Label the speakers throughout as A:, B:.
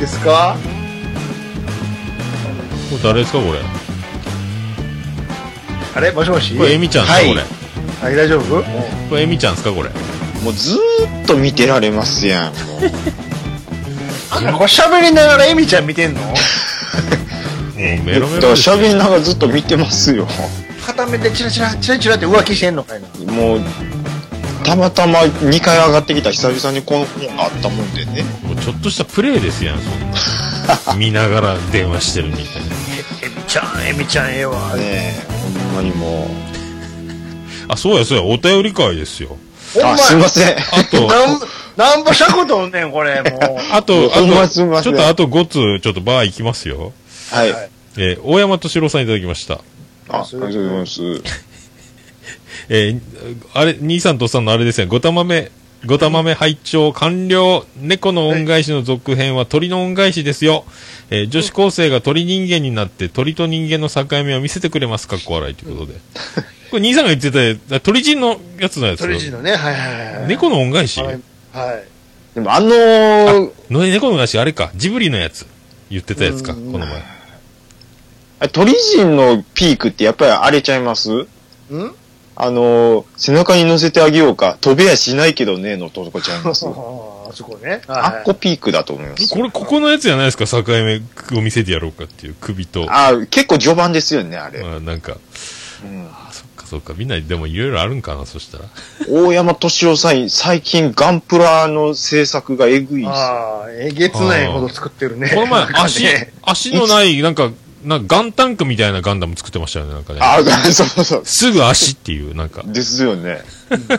A: ですか
B: これ誰ですかこれ
A: あれもしもし
B: これエミちゃんですか、
C: はい
B: これ
A: はい、大丈夫
B: これエミちゃんですかこれ
C: もうずーっと見てられますやん。もう
A: なんか喋りながらエミちゃん見てんの
B: もうメロメロ
C: だから
B: ですね
C: 喋りながらずっと見てますよ。
A: 片目でチラチラ、チラチラって浮気してんのかいな。
C: もう、たまたま2回上がってきた久々にこの本があったもんでね。
B: もうちょっとしたプレイですやんそんな見ながら電話してるみたい
A: エミちゃん、エミちゃんええわ。
C: ねえ、ほんまにもう。
B: なあそうやそうやお便り会ですよ
A: ほんま
C: あ、すいません。
B: あ と
A: なん、なんぼしたことおんねん、これ、 もう。
B: あ
C: も
B: と
C: う、
B: あ
C: ほんま
B: と、
C: すみま
B: ち
C: せん
B: ょっとあと5つ、ちょっとバー行きますよ。
C: はい。
A: はい
B: えー大山敏郎さんいただきました。
C: あ、ありがとうございます。
B: えーあれ、兄さんとおっさんのあれですね、ごたまめ、ごたまめ拝聴完了。猫の恩返しの続編は鳥の恩返しですよ。えー女子高生が鳥人間になって鳥と人間の境目を見せてくれますかっこ笑いということで。これ兄さんが言ってた、鳥人のやつのやつ。
A: 鳥人のね、はいはいはい。
B: 猫の恩返し
A: はい。はい。
C: でもあのー、
B: の猫の恩返し、あれか、ジブリのやつ。言ってたやつか、こ
A: うん
B: の前。
C: あ鳥人のピークってやっぱり荒れちゃいます
A: ん
C: あのー、背中に乗せてあげようか。飛べやしないけどね、のとこちゃいま す。
A: あそこね。はい
C: あっこピークだと思います。
B: これ、ここのやつじゃないですか、境目を見せてやろうかっていう、首と。
C: あ結構序盤ですよね、あれ。
B: まあ、なんか、
C: うん
B: あ、そっかそっか、みんな、でもいろいろあるんかな、そしたら。
C: 大山敏郎さん、最近ガンプラの制作がえぐいっす
A: ああ、えげつないほど作ってるね。
B: この前
A: なん、か
B: 足
A: ね、
B: 足のない、なんか、なんかガンタンクみたいなガンダム作ってましたよね、なんかね。
C: あ、そうそう。
B: すぐ足っていう、なんか。
C: ですよね。うん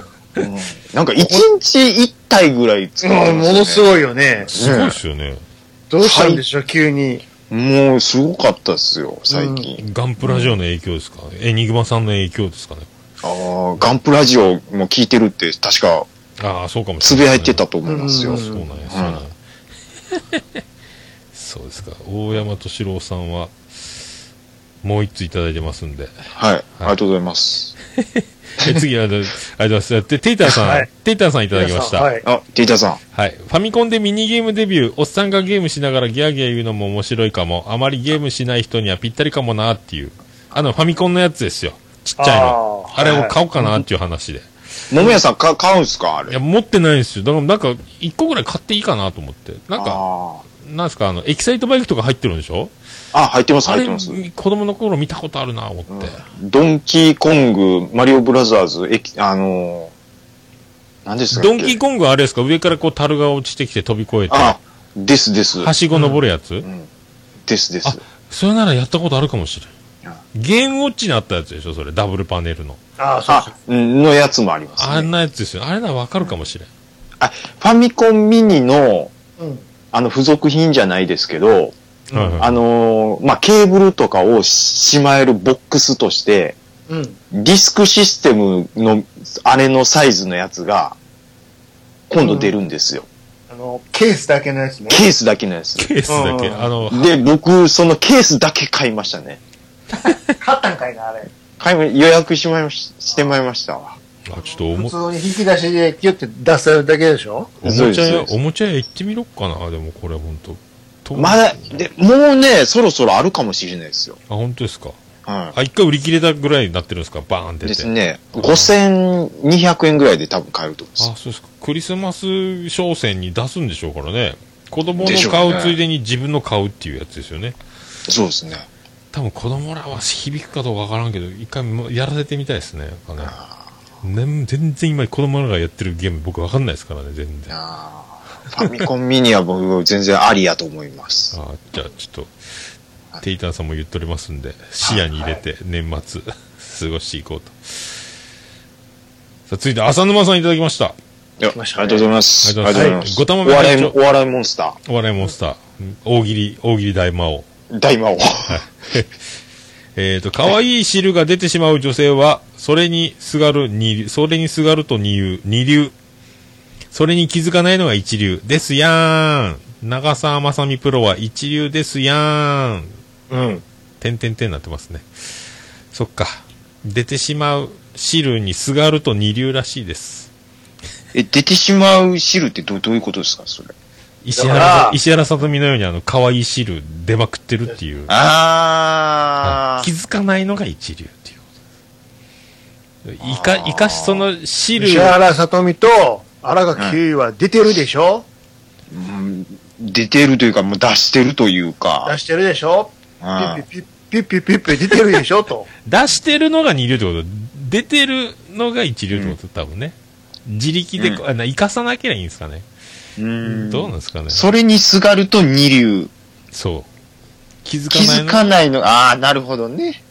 C: なんか一日一体ぐらい作って
A: うん、
C: ますよね
A: ものすごいよね。
B: すごいですよね。
A: どうしたんでしょう、急に。
C: もうすごかったっすよ、最近。
B: ガンプラジオの影響ですかエニグマさんの影響ですかね。
C: ああ、ガンプラジオも聞いてるって確か
B: ああ、そうかもし
C: つ
B: れ
C: ぶ
B: な
C: や
B: い。
C: いてたと思いますよ
A: うん。
B: そうなんや、そうなんや。そうですか。大山敏郎さんは、もう一ついただいてますんで。
C: はい。ありがとうございます。
B: え次、あのありがとうございます。でテイターさん、
A: はい
B: テイターさんいただきま
A: 皆
B: し
A: さ
B: た。
A: ん
B: はい。
A: はい。
C: あ、データさ
B: ファミコンでミニゲームデビュー、おっさんがゲームしながらギャーギャー言うのも面白いかも。あまりゲームしない人にはぴったりかもなっていう。あの、ファミコンのやつですよ。ちっちゃいの。
A: あ
B: あ
A: ー
B: れ
A: はい
B: を買おうかなっていう話で。
C: ん。桃屋さんか買うんすかあ
B: い
C: れ。
B: や、持ってないんですよ。だから、なんか、一個ぐらい買っていいかなと思って。なんか、
C: あ
B: なんすか、あの、エキサイトバイクとか入ってるんでしょ
C: ーあ、入ってます、
B: あ
C: 入っ
B: れ、
C: てます。
B: 子供の頃見たことあるな、思って。
C: ドンキーコング、マリオブラザーズ、えきあのー、何ですか
B: ドンキー
C: コング
B: コングはあれですか上からこう、樽が落ちてきて飛び越えて、
C: あ、ですです。
B: はしご登るやつ、
C: うん。ですです。
B: あそれならやったことあるかもしれん
C: あ。
B: ゲームウォッチにあったやつでしょそれ、ダブルパネルの。
A: ああ、そうそう
C: あ、うんのやつもあります、
B: あん
C: ね。
B: なやつですよ。あれならわかるかもしれん。
C: あ、ファミコンミニの、
A: うん
C: あの、付属品じゃないですけど、
A: うん
B: はいはい
C: あのーまあ、ケーブルとかをしまえるボックスとして、
A: うん。
C: ディスクシステムの、あれのサイズのやつが、今度出るんですよ。
A: あの、ケースだけのやつね。
C: ケースだけのやつ。
B: ケースだけ。
A: うん
B: あの、
C: で、僕、そのケースだけ買いましたね。
A: 買ったんかいな、あれ。
C: 買いま予約しまいまししてまいましたわ。
B: あちょっとお
A: 普
B: も
A: 通に引き出しでキュッて出せるだけでしょ
B: おもちゃ
C: そう
B: 屋
C: で、す
B: おもちゃ屋行ってみろっかな。でもこれほんと。と
C: まだ、で、もうね、そろそろあるかもしれないですよ。
B: あ、本当ですか。
C: はい。
B: あ、一回売り切れたぐらいになってるんですかバーンって
C: で
B: 出て
C: す。ね。5200円ぐらいで多分買えると思うんです
B: あ、
C: よ。
B: そうですか。クリスマス商戦に出すんでしょうからね。子供
C: でし
B: の
C: ょうね
B: 買うついでに自分の買うっていうやつですよね。
C: そうですね。
B: 多分子供らは響くかどうかわからんけど、一回もやらせてみたいですね。なんかねね全然今子供らがやってるゲーム僕わかんないですからね、全然。あ
C: あーファミコンミニは僕全然ありやと思います。
B: ーじゃあちょっと、テイタンさんも言っておりますんで、視野に入れて年末過ごしていこうと。さあ、続いて浅沼さんいただきました。
C: いやあり
A: ま
C: が
A: した
C: とうございます。
B: ありがとうございます
C: ありがとうございますお笑い、お笑いモンスタ
B: お笑いモンスター、大喜利、大喜利大魔王。
C: ー、大魔王。
B: えっ、と、可愛い汁が出てしまう女性は、それにすがる二流、それにすがると二流、二流。それに気づかないのが一流。ですやーん。長澤まさみプロは一流ですやーん。
C: うん。
B: てんてんてんなってますね。そっか。出てしまう汁にすがると二流らしいです。
C: え、出てしまう汁ってどどういうことですかそれ。
B: 石
A: だから
B: 原、石原さとみのようにあの、可愛い汁出まくってるっていう。
C: あー
B: 気づかないのが一流っていうこといか、いかしその汁、
A: 石原さとみと荒垣結衣は出てるでしょ、
C: うん出てるというか、もう出してるというか
A: 出、してるでしょ
C: うん
A: ピッピッピッピッピッピッ出てるでしょと。
B: 出してるのが二流ってこと出てるのが一流ってこと、多分ね。自力でこう、あな生かさなきゃいいんですかね。
C: うん
B: どうなんですかね。
C: それにすがると二流。
B: そう。気づか
C: 気
B: ない
C: づ
B: の
C: かないの、ああ、なるほどね。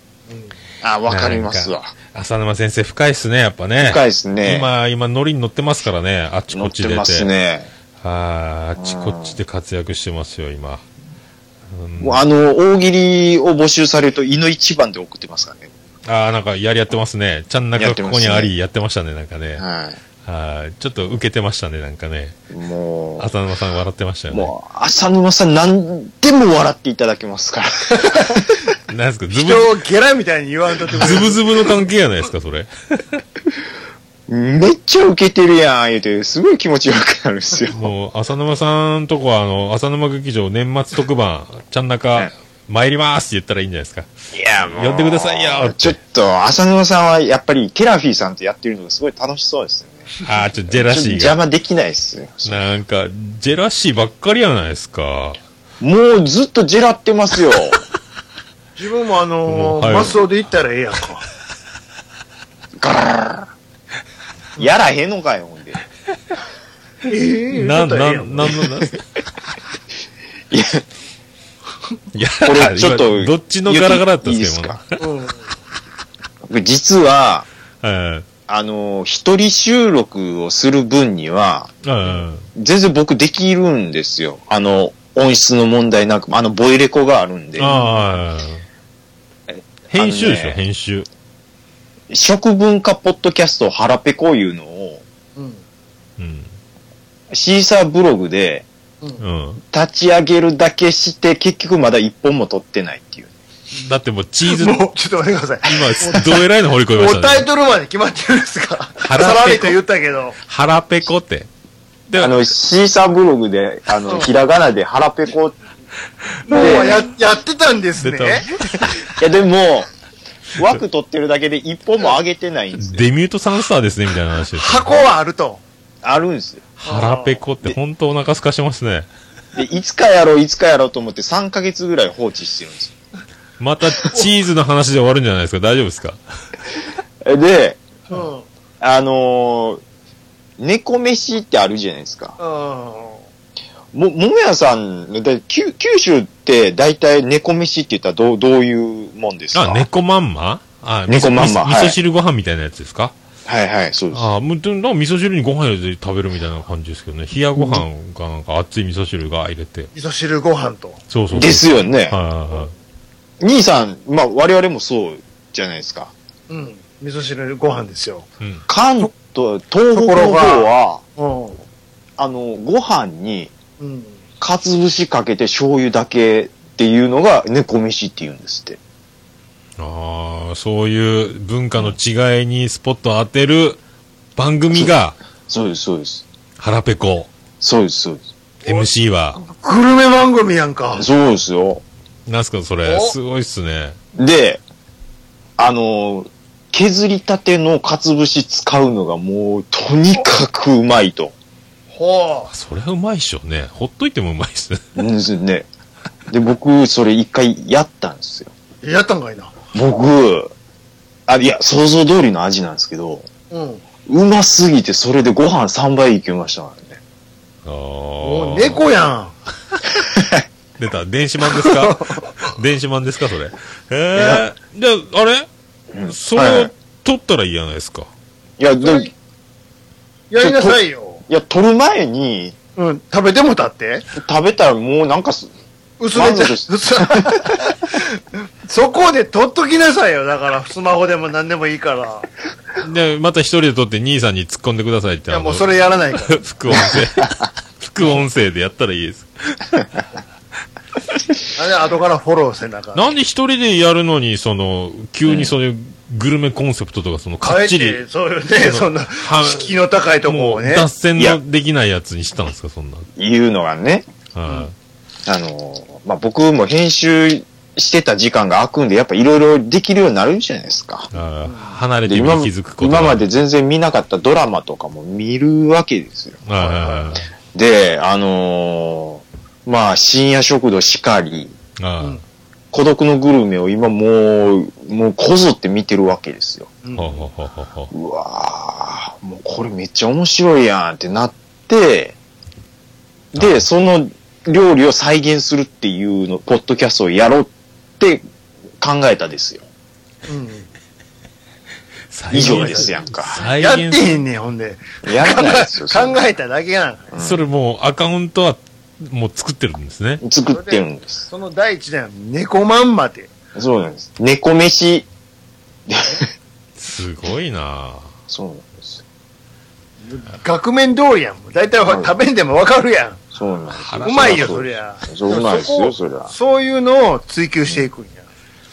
C: ああ、わかりますわ。
B: 浅沼先生深いっすね、やっぱね。
C: 深いですね。
B: 今、今、ノリに乗ってますからね、あっちこ
C: 乗
B: っ
C: っ
B: ち出て。
C: てますね。
B: はいあっちこっちで活躍してますよ、今。うん、
C: もう
B: あ
C: あの、大喜利を募集されると、胃の一番で送ってますからね。
B: あー、なんか、やりやってますね。ちゃんな
C: や
B: か
C: って
B: こ
C: ますね
B: こにあり、やってましたね、なんかね。
C: は
B: はい。ちょっと受けてましたね、なんかね。
C: い。もう、
B: 浅沼さん笑ってましたよね。
C: もう、浅沼さん何でも笑っていただけますから。
B: なんですか、ズブ
A: 人、をゲラみたいに言わんとってくれ
B: ズブズブの関係やないですか、それ。
C: めっちゃウケてるやん、言うて、すごい気持ちよくなるんですよ。
B: もう、浅沼さんとこは、あの、浅沼劇場年末特番、ちゃんなか
C: え、
B: 参りますって言ったらいいんじゃないですか。
C: いや、もう。
B: 呼んでくださいよって
C: ちょっと、浅沼さんはやっぱりテラフィーさんとやってるのがすごい楽しそうですよね。
B: ああ、ちょっとジェ
C: ちょ
B: ラ
C: っと
B: シー
C: 邪
B: が。
C: 魔できないですよ。
B: なんか、ジェラシーばっかりやないですか。
C: もうずっとジェラってますよ。
A: 自分もあの
B: もうは
A: ー、
B: い
A: マスオで行ったらええやんか。
C: ガララやらへんのかよ、ほんで。
A: ええ
B: な、
A: 言うたらええや
B: な、なんんの、なんい
C: いや、
B: や、
C: これちょっと。
B: 今どっちのガラガラだったん
C: いい
B: で
C: ですす
B: か、今の
C: か。
A: うん。
C: 僕実は、
B: うん。
C: あの、一人収録をする分には、
B: うん。
C: 全然僕できるんですよ。あの、音質の問題なく、あの、ボイレコがあるんで、
B: ああ。編集でしょ、編集。
C: 食文化ポッドキャスト腹ペコいうのを、
A: うん。
B: うん。
C: シーサーブログで
A: うん。
B: うん。
C: 立ち上げるだけして、結局まだ一本も撮ってないっていう。
B: だってもうチーズ、今、
A: もう、ちょっと待ってください。
B: どえらいの掘り込みま
A: も
B: し
A: うタ
B: た
A: イ
B: ね。
A: トルまで決まってるんですかさ
B: 腹ペコ
A: らりと言ったけど。
B: 腹ペコって。で
C: あの、シーサーブログで、あ
A: うん
C: の、ひらがなで腹ペコ。
A: もうややってたんです
B: 出
A: ね。
B: た
C: いや、でも、枠取ってるだけで一本も上げてないんですよ。
B: デミュートサンスターですね、みたいな話です。
A: 箱はあると。
C: あるんですよ。
B: 腹ペコって本当お腹すかしますね。
C: で、いつかやろう、いつかやろうと思って3ヶ月ぐらい放置してるんですよ
B: またチーズの話で終わるんじゃないですか大丈夫ですか
C: え。で、
A: うん。うん。
C: あのー猫飯ってあるじゃないですか。も、もやさん、で九九州って大体猫飯って言ったらどう、どういうもんですか
B: あ、猫まんまあ、
C: 猫まんま
B: 味噌味
C: はい
B: 噌汁ご飯みたいなやつですか
C: はいはい、そうです。
B: ああ、もう、でもなんか味噌汁にご飯入れて食べるみたいな感じですけどね。冷やご飯かなんか熱い味噌汁が入れて。
A: 味噌汁ご飯と。
B: そうそうそう。
C: ですよ
B: は
C: ね。
B: いはいはい。
C: 兄さん、まあ我々もそうじゃないですか。
A: うん。味噌汁ご飯ですよ。
B: うん。
C: 関東、東北の方
A: ところ
C: は、
A: うん。
C: あの、ご飯に、
A: うん。
C: かつぶしかけて醤油だけっていうのが猫飯って言うんですって。
B: ああ、そういう文化の違いにスポットを当てる番組が、
C: そうです、そうです。
B: 腹ペコ。
C: そうです、そうです。
B: MC は。
A: グルメ番組やんか。
C: そうですよ。
B: なんすかそれ。
A: お
B: すごいっすね。
C: で、あのー、削りたてのかつぶし使うのがもうとにかくうまいと。
A: ほ
B: あそれはうまいっしょね。ほっといてもうまい っすね。
C: うんですね。で、僕、それ一回やったんですよ。
A: う。やったんかいな。
C: 僕、あ、いや、想像通りの味なんですけど、
A: うん。
C: うますぎてそれでご飯3倍いけましたからね。
B: あ
A: も
B: あ
A: う。猫や
B: 出た。電子版で すか電子版ですかそれ。へえ。じゃあ、あれ
C: うん
B: それを取ったらいいじゃないですか。
C: いや、で、い
A: ん。やりなさいよ。
C: や、取る前に
A: うん。食べても立って。
C: 食べたらもうなんかす、
A: 薄めちゃ
C: 満足
A: う。
C: し
A: 薄 そこで取っときなさいよ。だから、スマホでも何でもいいから。
B: で、また一人で撮って兄さんに突っ込んでくださいって。
A: いや、もう
B: あの
A: それやらないから。
B: 副音声。副音声でやったらいいです。
A: あれ、後からフォローせなあかん。
B: なんで一人でやるのに、その、急にそれ、グルメコンセプトとか、その
A: あ
B: かっ
A: え
B: ちり、
A: て、そういうね、そんな、
B: は
A: 敷居の高いところ
B: も
A: を
B: う
A: ね。
B: 脱線
C: いや
B: のできないやつにしたんですか、そんな。
C: いうのがね、
B: は
C: あの、まあ、僕も編集してた時間が空くんで、やっぱいろいろできるようになるじゃないですか。
B: い。あー離れ
C: で
B: てみ
C: 今
B: て気づくことが
C: 今まで全然見なかったドラマとかも見るわけですよ。
B: はいはいはい
C: で、あのーまあ、深夜食堂しかり、
B: あー
A: うん
C: 孤独のグルメを今もう、もうこぞって見てるわけですよ。
A: うん
B: ほうほうほうほうほう
C: うわー、もうこれめっちゃ面白いやんってなって、で、その料理を再現するっていうの、ポッドキャストをやろうって考えたですよ。
A: うん
B: 再
C: 以
B: 現
C: 上ですやんか。
B: 再
A: やって
B: 現す
A: へんねん、ほんで。
C: やら
A: 考
C: ない ですよ。
A: え考えただけなの。
C: うん
B: それもうアカウントはもう作ってるんですね。
C: 作ってるんです。
A: その第一弾、猫まんまで。
C: そうなんです。猫飯。
B: すごいな
C: そうなんです。
A: 額面通りやん。大体
C: う
A: は
C: ん
A: 食べんでもわかるやん。
C: そうなんです。
B: 腹
A: うまいよ、
C: そう
A: そりゃ。
C: そう、うまいです
A: そ
C: よ、
A: こ
C: そりゃ。
A: そういうのを追求していくんや。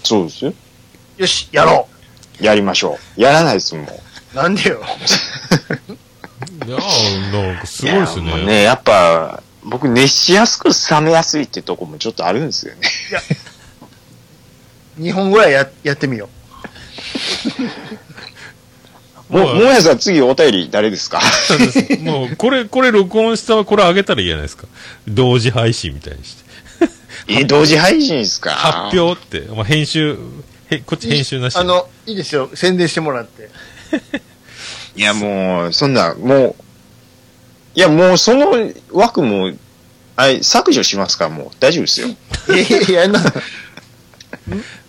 C: そうですよ。
A: よし、やろ
C: やりましょう。やらないですもん。
A: う。なんでよ。
B: いやーなんかすごいです
C: やもう
B: ね。
C: ね、やっぱ、僕、熱しやすく冷めやすいってとこもちょっとあるんですよね。
A: 2本ぐらいややってみよ
C: も
B: は
C: う、
B: い
C: もやさん、次お便り誰ですか
B: もうこれ、これ録音したらこれ上げたらいいじゃないですか。同時配信みたいにして。
C: え、同時配信ですか
B: 発表って、まあ、編集、へこ
A: う。
B: っち編集なしで。
A: あの、いいですよ。宣伝してもらって。
C: いや、もう、そんな、もう、いや、もう、その枠も、あれ、削除しますから、もう、大丈夫ですよ。
A: いやいやいや、な、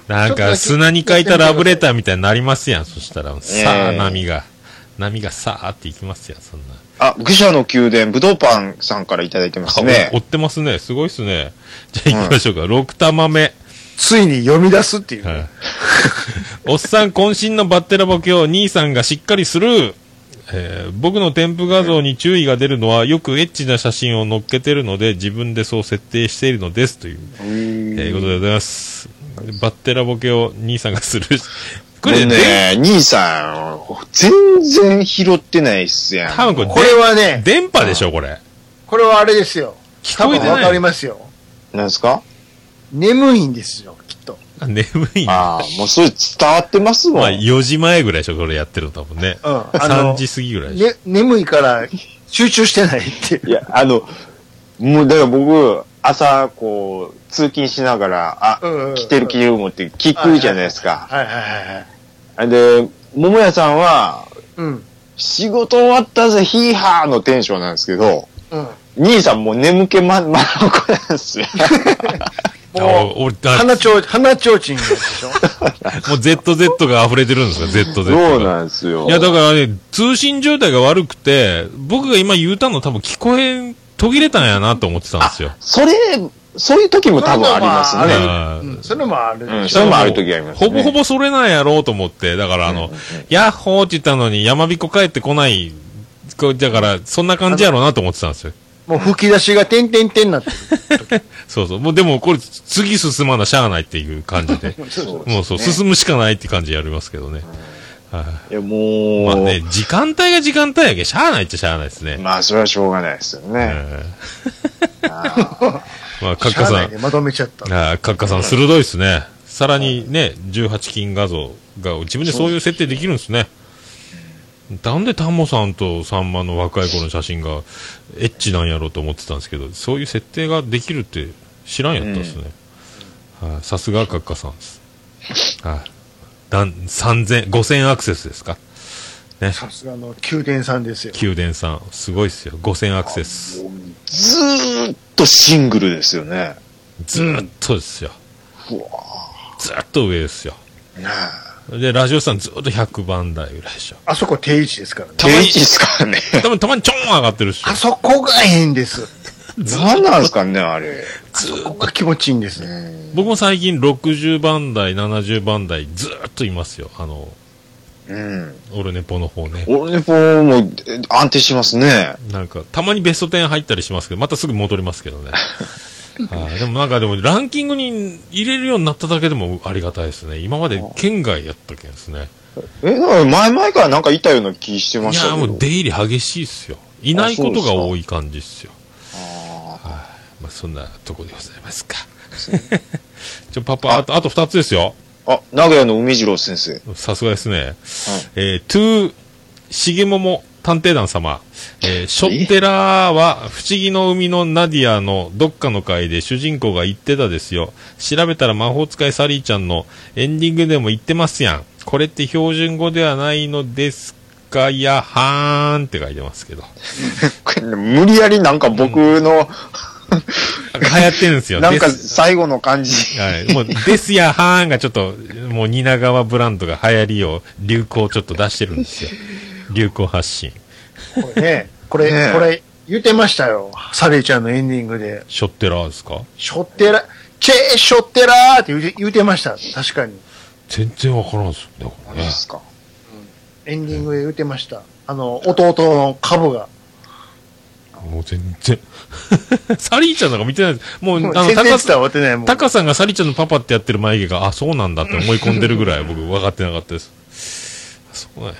B: なんか砂に書いたラブレターみたいになりますやん。そしたら、さあ
C: ええ
B: 波が、波がさあっていきますやん、そんな。
C: あ、愚者の宮殿、武道パンさんからいただいてますね
B: 追。ってますね。すごいっすね。じゃあ行きましょうか。六玉目。
A: ついに読み出すっていう。
B: はい おっさん渾身のバッテラボケを兄さんがしっかりする、えー僕の添付画像に注意が出るのはよくエッチな写真を載っけてるので自分でそう設定しているのですという、
C: え
B: え
C: ー
B: ーことでございますバッテラボケを兄さんがするこれ
C: もう
B: ね
C: ね、兄さん、全然拾ってないっすやん。
B: 多分これ
A: これはね、
B: 電波でしょこれ
A: これはあれですよ。
B: 聞
A: 多
B: こえ
A: 分
B: て
A: わか
B: な
A: り
B: い
A: ますよ。
C: なんですか
A: 眠いんですよ、きっと。
B: あ眠い
C: ああ、もうそれ伝わってますもん。
B: まあ4時前ぐらいでしょこれやってるの多分ね、
A: うん。あ
B: 3時過ぎぐらいでしょ、
A: ね、眠いから集中してないって。
C: いや、あの、もうだから僕、朝、こう、通勤しながら、あ、
A: うんうんうん
C: 来てる来てる思って聞くじゃないですか。
A: はいはいはいはい。
C: で、桃屋さんは、
A: うん。
C: 仕事終わったぜ、ヒーハーのテンションなんですけど、
A: うん。
C: 兄さんもう眠気ま、まの子なんで すよ。
A: もう、
B: 俺だ
A: 鼻ちょう、鼻ちょうちんでしょ
B: もう ZZ が溢れてるんですか ZZ が
C: そうなんですよ。
B: いや、だからね、通信状態が悪くて、僕が今言うたの多分聞こえん、途切れたんやなと思ってたんですよ。
C: それ、そういう時 も多分あります
A: それ
C: ね。
A: もあるうんそれもあるでしょ
C: うん、それもある時ありますね。
B: ほぼほぼそれなんやろうと思って、だからあの、
C: うんうんうん
B: ヤッホーって言ったのに山彦帰ってこない、こうだから、そんな感じやろうなと思ってたんですよ。
A: もう吹き出しが点々点になってる。
B: そうそう。もうでもこれ、次進まなしゃあないっていう感じ で。
C: そう
B: もうそう、進むしかないって感じやりますけどね。はい
C: や、もう、
B: まあね、時間帯が時間帯やけ、しゃあないっちゃしゃあないですね。
C: まあ、それはしょうがないですよ
B: え
C: ね。
B: ー
C: あー
B: まあ、カッ
A: しゃ
B: カ
A: あな
B: さ
A: い
B: ん
A: で、まとめちゃった。
B: ああ、カッカさん、鋭いですね。さらにね、18金画像が、自分でそういう設定できるんですね。なんでタモさんとさんまの若い頃の写真がエッチなんやろうと思ってたんですけど、そういう設定ができるって知らんやったですね。はいさすがカッカさんです。はいだん3000、5000アクセスですか
A: さすがの宮殿さんですよ。
B: 宮殿さん。すごいっすよ。5000アクセス。
C: ずーっとシングルですよね。
B: ずーっとですよ。
C: うわ
B: ずーっと上ですよ。
C: ね
B: で、ラジオさんずーっと100番台ぐらいでしょ。
A: あそこ定位置ですからね。
C: 定位置ですから ね。
B: 多分たまにちょん上がってるっし
A: あそこが変です。
C: 何なんですかね、あれ。
A: そこが気持ちいいんです
C: う
A: ね。
C: ん。
B: 僕も最近60番台、70番台、ずーっといますよ。あの、
C: うん。
B: オルネポの方ね。
C: 俺の方もえ安定しますね。
B: なんか、たまにベスト10入ったりしますけど、またすぐ戻りますけどね。はいでもなんかでも、ランキングに入れるようになっただけでもありがたいですね。今まで県外やったけんですね。
C: え、だから前々からなんかいたような気してま
B: い
C: した
B: や、
C: けど。
B: もう出入り激しいっすよ。いないことが多い感じっすよ。
C: あ
B: まあ、そんなとこでございますか。 ちょ、パパ、あと、あと二つですよ。
C: ーあ、名古屋の海次郎先生。
B: さすがですね。えー、トゥー、しげもも探偵団様。えー、ショッテラーは、不思議の海のナディアのどっかの回で主人公が言ってたですよ。調べたら魔法使いサリーちゃんのエンディングでも言ってますやん。これって標準語ではないのですかや、はーんって書いてますけ ど。
C: これ無理やりなんか僕の、
B: 流行ってるんですよ。
C: なんか
B: です
C: 最後の感じ。
B: はい。もう、ですやはーんがちょっと、もう、蜷川ブランドが流行りを、流行をちょっと出してるんですよ。流行発信。
A: これね、これ、
C: ねえ
A: これ、言ってましたよ。サリーちゃんのエンディングで。
B: しょってらーですか
A: しょってら、チェーしょってらーって言うて言うてました。確かに。
B: 全然わからんっすよね、こ
C: マジ
B: れね
C: っ。すか。
A: エンディングで言うてました。あの、弟の株が。
B: もう全然。 サリーちゃんなんか見てないです。もう、
A: もう
B: あの、
A: 全然伝
B: 高さん、
A: わってないもん。
B: 高さんがサリーちゃんのパパってやってる眉毛が、あ、そうなんだって思い込んでるぐら い、僕、分かってなかったです。そうね。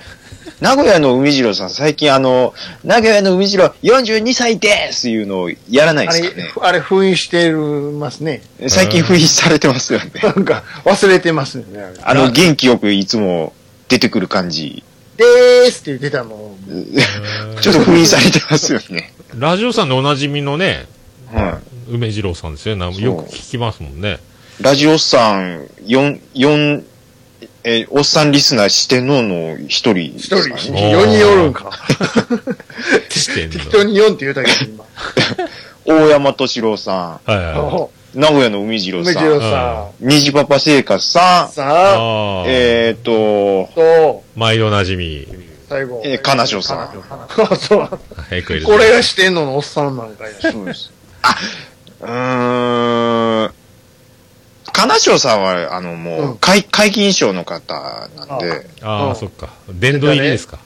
C: 名古屋の海次郎さん、最近あの、名古屋の海次郎42歳ですいうのをやらない
A: あ
C: です
A: れ
C: かね、。
A: あれ封印してますね。
C: 最近封印されてますよね。
A: なんか、忘れてますよね。あれ
C: あの、元気よくいつも出てくる感じ。
A: でーすって言ってたの。
C: ちょっと封印されてますよね。
B: ラジオさんでおなじみのね、
C: は
B: 梅次郎さんですよね。よく聞きますもん ね。
C: い。ラジオさん、4、4、え、おっさんリスナーしてのの一人です
A: 一
C: か
A: 人、
C: ね。
A: 4人おるんか。
B: してんの
A: 適当に4って言うたけど、今。
C: 大山敏郎さ
B: はいはいはい。
C: ん、名古屋の海次郎
A: 梅
C: さ
A: 次郎
C: ん、
A: さ
C: 虹パパ生
A: ん。
C: 活さ
A: さあ、
B: あ
C: ん、
B: あ。
C: えっ、と、
A: と、
B: 毎度おなじみ、
A: 最後。
C: えー金城さん
A: ん。 あ、そう。
B: 早く入れて
A: これがしてんののおっさんなんかや。
C: そうです。あ、うーん。金賞さんは、あの、もう、
A: うん
C: 解解禁賞の方なんで、
B: あ
A: う
B: あ、
A: ん
B: そっか。殿堂入りですか。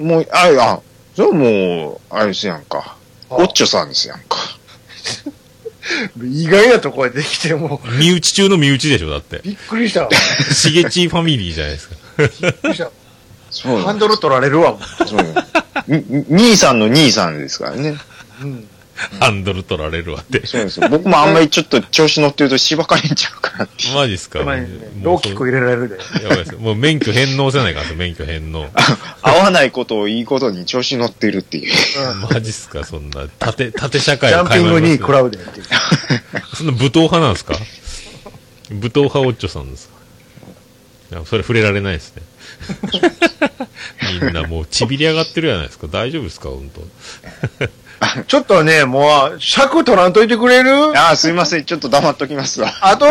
C: もう、あ、あ、それはもう、あれですやんか。
A: あ
C: オッチョさんですやんか。
A: 意外なとこへできて、もう、
B: 身内中の身内でしょ、だって。
A: びっくりしたわ。びっ
B: しげちファミリーじゃないですか。
A: くりしたわ。
C: そう
A: ハンドル取られるわ、も
C: そうにに兄さんの兄さんですからね。
A: う。うん。
B: ハンドル取られる わって。
C: そうですよ。僕もあんまりちょっと調子乗ってると芝刈りんちゃうかなっていう。
B: マジっすか。
A: 前
B: も
A: にね、
B: う
A: ローキック入れられるで。
B: やばいっす。もう免許返納せないから、免許返納。
C: 合わないことをいいことに調子乗ってるっていう。
B: マジっすか、そんな。縦、縦社
A: ジ
B: 会
A: ャ
B: を
A: ンピ
B: 垣
A: ン
B: 間
A: グ
B: 見
A: に
B: ます
A: 食らうでっていう。
B: そんな武闘派なんですか武闘派オッチョさんですかいやそれ触れられないです ね。みんなもうちびり上がってるじゃないですか。大丈夫ですか本当。
A: ちょっとね、もう、尺取らんといてくれる
C: ああ、すいません。ちょっと黙っときますわ。
A: あと、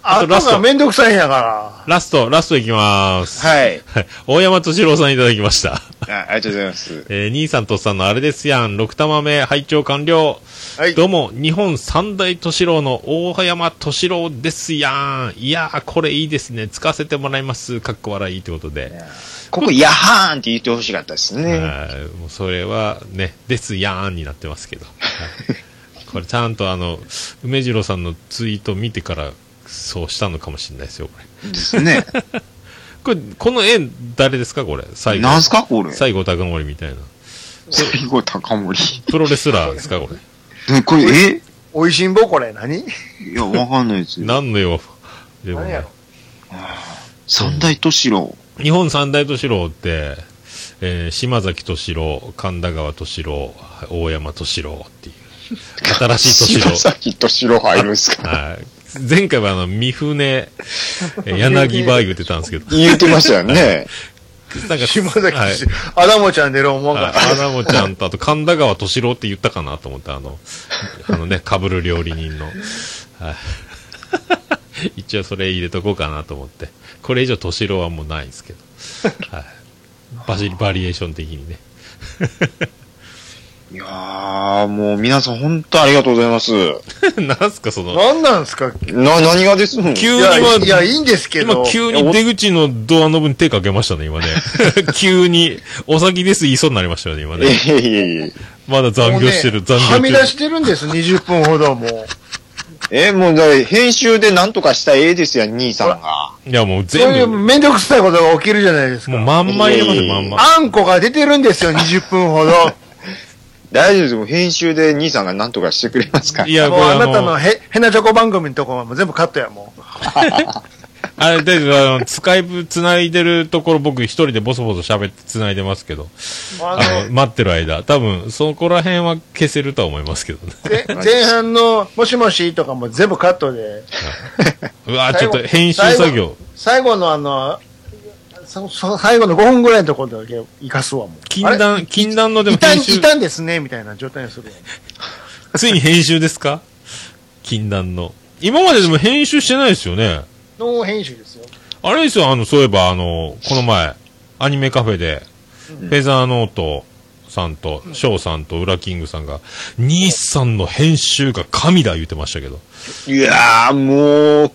A: あ
B: と
A: と
B: ラスト
A: がめんどくさいんやか
B: ラスト、ラストいきまーす。
C: はい。
B: はい。大山敏郎さんいただきました。
C: あありがとうございます。
B: えー兄さんとっさんのあれですやん。6玉目、拝聴完了。
A: はい
B: どうも、日本三大敏郎の大山敏郎ですやん。いやー、これいいですね。使わせてもらいます。かっこ笑いってことで。
C: ここ、やはーんって言ってほしかったですね。
B: はいもうそれはね、ですやーんになってますけど。はいこれちゃんとあの、梅次郎さんのツイート見てから、そうしたのかもしれないですよ、こ
C: ですね。
B: れ。これ、この絵、誰ですか、これ。最後。
C: なんすかこれ。
B: 最後、高森みたいな。
C: 最後、高森。
B: プロレスラーですか、これ。
C: ねこれ、
A: ら。美味しんぼこれ、何
C: えいや、わかんないですよ。
B: 何の用でも
A: 何や
B: ね
A: ろ。
C: 三大都市郎。
B: 日本三大敏郎って、えー島崎敏郎、神田川敏郎、大山敏郎っていう。新しい敏
C: 柴
B: 郎。
C: 崎敏郎入るんですか
B: はい。前回はあの、三船、えー柳葉言ってたんですけど、
C: 言ってましたよね。
B: なんか、
A: 島
B: はい
A: 崎氏、アダモちゃん出る思わんか
B: は
A: っ
B: い、花もちゃんと、あと神田川敏郎って言ったかなと思って、あの、あのね、被る料理人の。はい、一応それ入れとこうかなと思って。これ以上敏郎はもうないんですけど。はい、バジバリエーション的にね。
C: いやー、もう皆さん本当ありがとうございます。
B: なんすか、そ
A: た。
B: の、
A: 何なんすか
C: な、何がですもん。
B: 急
A: い
B: に
A: や、
B: はい
A: や、いいんですけど
B: 今。急に出口のドアノブに手かけましたね、今ね。 急に、お先です言いそうになりましたよね、今
C: え
B: ね。
C: いえいえいえ。
B: まだ残業してる、
A: もうね
B: 残
A: はみ
B: 業
A: 出
B: 中。
A: してるんです、20分ほどもう。
C: え、もうだから編集でなんとかしたらええですやん、兄さんが。
B: いや、もう
A: そういう
B: 全部、も
A: めんどくさいことが起きるじゃないです
B: う
A: か。
B: まんま入れますよ、まんま。
A: あんこが出てるんですよ、20分ほど。
C: 大丈夫ですよ。編集で兄さんがなんとかしてくれますから。
B: いや、こ
A: もう
B: れ
A: あ
B: あ
A: なた
B: の
A: の、へ、へなチョコ番組のとこはもう全部カットや、もう。
B: あれ、大丈夫あの、スカイプ繋いでるところ僕一人でボソボソ喋って繋いでますけど、
A: あ
B: あの、待ってる間、多分、そこら辺は消せるとは思いますけどね。
A: の、ぜ前半の、もしもしとかも全部カットで。
B: うわちょっと編集作業、
A: 最後のあの、そそ最後の5分ぐらいのところだけ生かすわ、もう。
B: 禁断、禁断ので
A: い
B: も
A: たん、
B: 編集
A: い、たんですね、みたいな状態にするわ。
B: ついに編集ですか禁断の。今まででも編集してないですよね。
A: ノー編集ですよ。
B: あれですよ、あの、そういえば、あの、この前、アニメカフェで、フェザーノートさんと、ショーさんと、ウラキングさんが、兄さんの編集が神だ言ってましたけど。
C: いやー、もう、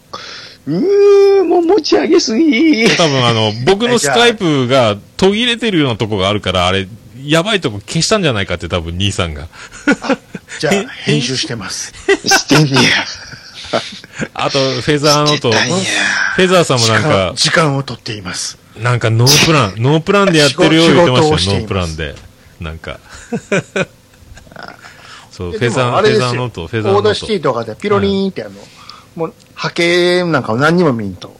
C: うー、もう持ち上げすぎ。
B: 多分あの、 僕のスカイプが途切れてるようなとこがあるから、あれ、やばいとこ消したんじゃないかって多分兄さんが。
A: じゃ
B: へ
A: あ、編集してます。
C: してんね
B: あと、フェザー ノート、
C: や。いや
B: フェザーさんもなんか、
A: 時間を取っています。
B: なんかノープラン、ノープランでやってるよう
A: 仕事
B: 言ってま
A: 仕事を
B: し
A: したて
B: よ、
A: い
B: ノー
A: ます
B: プランで。なんか。そう、フ
A: で
B: ェザ
A: でも
B: ー、
A: あ
B: フ
A: れで
B: ェ
A: す
B: ザ
A: よ
B: ーノート、フェザー
A: オ
B: ノ
A: ーダーシテ
B: ー
A: ィとかでピロリーンってあの、もう波形なんかを何にも見んと。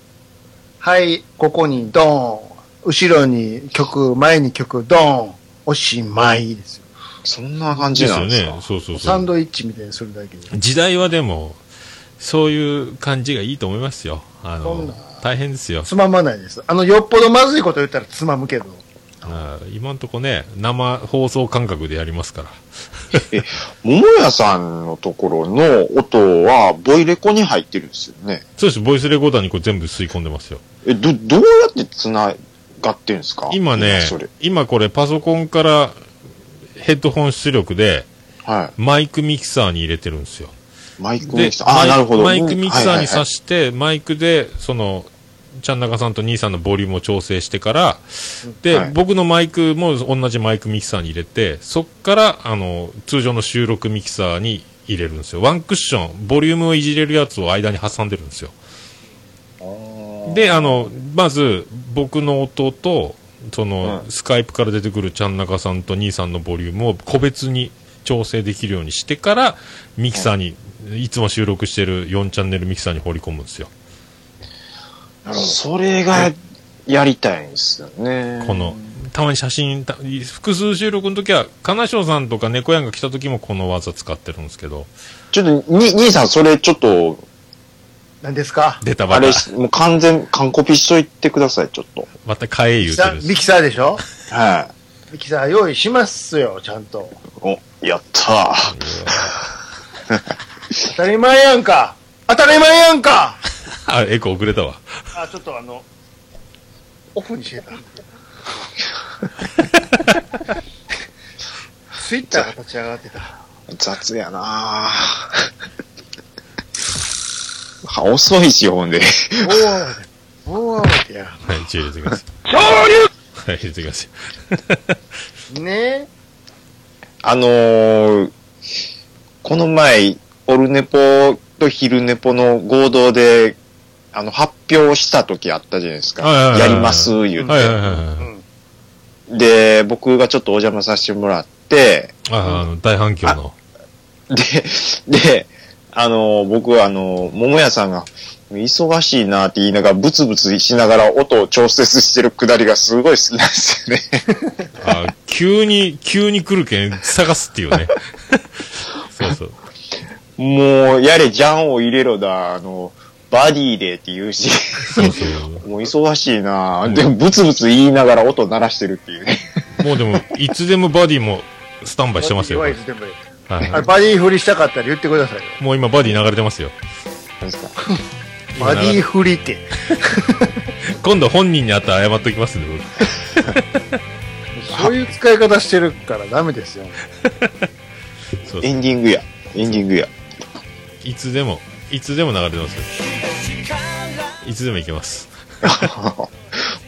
A: はい、ここにドーン。後ろに曲、前に曲、ドーン。おしまいですよ。
C: そんな感
B: ト。
C: じ
B: です
C: なん
B: よ
C: ですか
B: ね。そうそうそ
A: サン
B: う。
A: ドイッチみたいにするだけで。
B: 時代はでも、そういう感じがいいと思いますよ。あ
A: そん
B: の
A: な、
B: 大変ですよ。
A: つままないです。あの、よっぽどまずいこと言ったらつまむけど。
B: あー今んとこね、生放送感覚でやりますから。
C: 桃屋さんのところの音は、ボイレコに入ってるんですよね。
B: そうです、ボイスレコーダーにこれ全部吸い込んでますよ。
C: え、ど、どうやって繋がってるんですか
B: 今ね
C: それ。、
B: 今これパソコンからヘッドホン出力で
C: は
B: マイクミキサーに入れてるんですよ。
C: い。マイク
B: で
C: ミキサー。あー、
B: マイ
C: なるほど。
B: マイクミキサーに挿
C: し
B: して、マイクで、その、ちゃん中さんと兄さんのボリュームを調整してから、で、
C: はい
B: 僕のマイクも同じマイクミキサーに入れて、そっから、あの、通常の収録ミキサーに入れるんですよ。ワンクッション、ボリュームをいじれるやつを間に挟んでるんですよ。で、あの、まず、僕の音と、その、
C: うん
B: スカイプから出てくるちゃん中さんと兄さんのボリュームを個別に調整できるようにしてから、ミキサーに、いつも収録してる4チャンネルミキサーに放り込むんですよ。
C: それが、やりたいんですよね。
B: この、たまに写真、た複数収録の時は、金賞さんとか猫やんが来た時もこの技使ってるんですけど、
C: ちょっと、に、兄さん、それちょっと、
A: 何ですか
B: 出たば
C: あ
B: っか
C: れ、もう完全、完コピしといてください、ちょっと。
B: また買え
A: ミキ
B: 言うて
A: サ
B: るんで
A: ー
B: す
A: ミキサーでしょ
C: は
A: ミキサー用意しますよ、ちゃんと。
C: い。お、やったー。
A: 当たり前やんか当たり前やんか
B: あ、エコー遅れたわ。
A: あ、ちょっとあの、オフにしてた。スイッターが立ち上がってた。
C: 雑やなぁ。は 遅いし、ほんで。
A: 大慌て。大慌てや。
B: はい、一応入れてください。はい、入れてください。
A: ね
C: あのー、この前、オルネポと昼ネポの合同で、あの、発表した時あったじゃないですか。
B: はいはいはいは
C: や
B: い
C: ります、言っ
B: はいはいはいは
C: て。
B: い。
A: うん。
C: で、僕がちょっとお邪魔させてもらって、
B: ああの、大反響の。
C: で、で、あのー、僕はあのー、桃屋さんが、忙しいなって言いながら、ブツブツしながら音を調節してるくだりがすごい好きなんですよね。
B: あー急に、急に来るけん、探すっていうね。そうそう。
C: もう、やれ、ジャンを入れろだ、あの、バディでって言うし、
B: そうそう。
C: もう忙しいなぁ。でも、ブツブツ言いながら音鳴らしてるっていうね。
B: もうでも、いつでもバディもスタンバイしてますよ。こ
A: 弱
B: れ
A: いですでもいいあ
B: は
A: れバディ振りしたかったら言ってくださいよ。
B: い。もう今、バディ流れてますよ。
C: なんですか
A: バディ振りって。
B: 今度本人に会ったら謝っときますね、
A: そういう使い方してるからダメですよ。
B: 僕そうそ
C: エ
B: う
C: ンディングや。エンディングや。
B: いつでも、いつでも流れてますよ。いつでも行けます。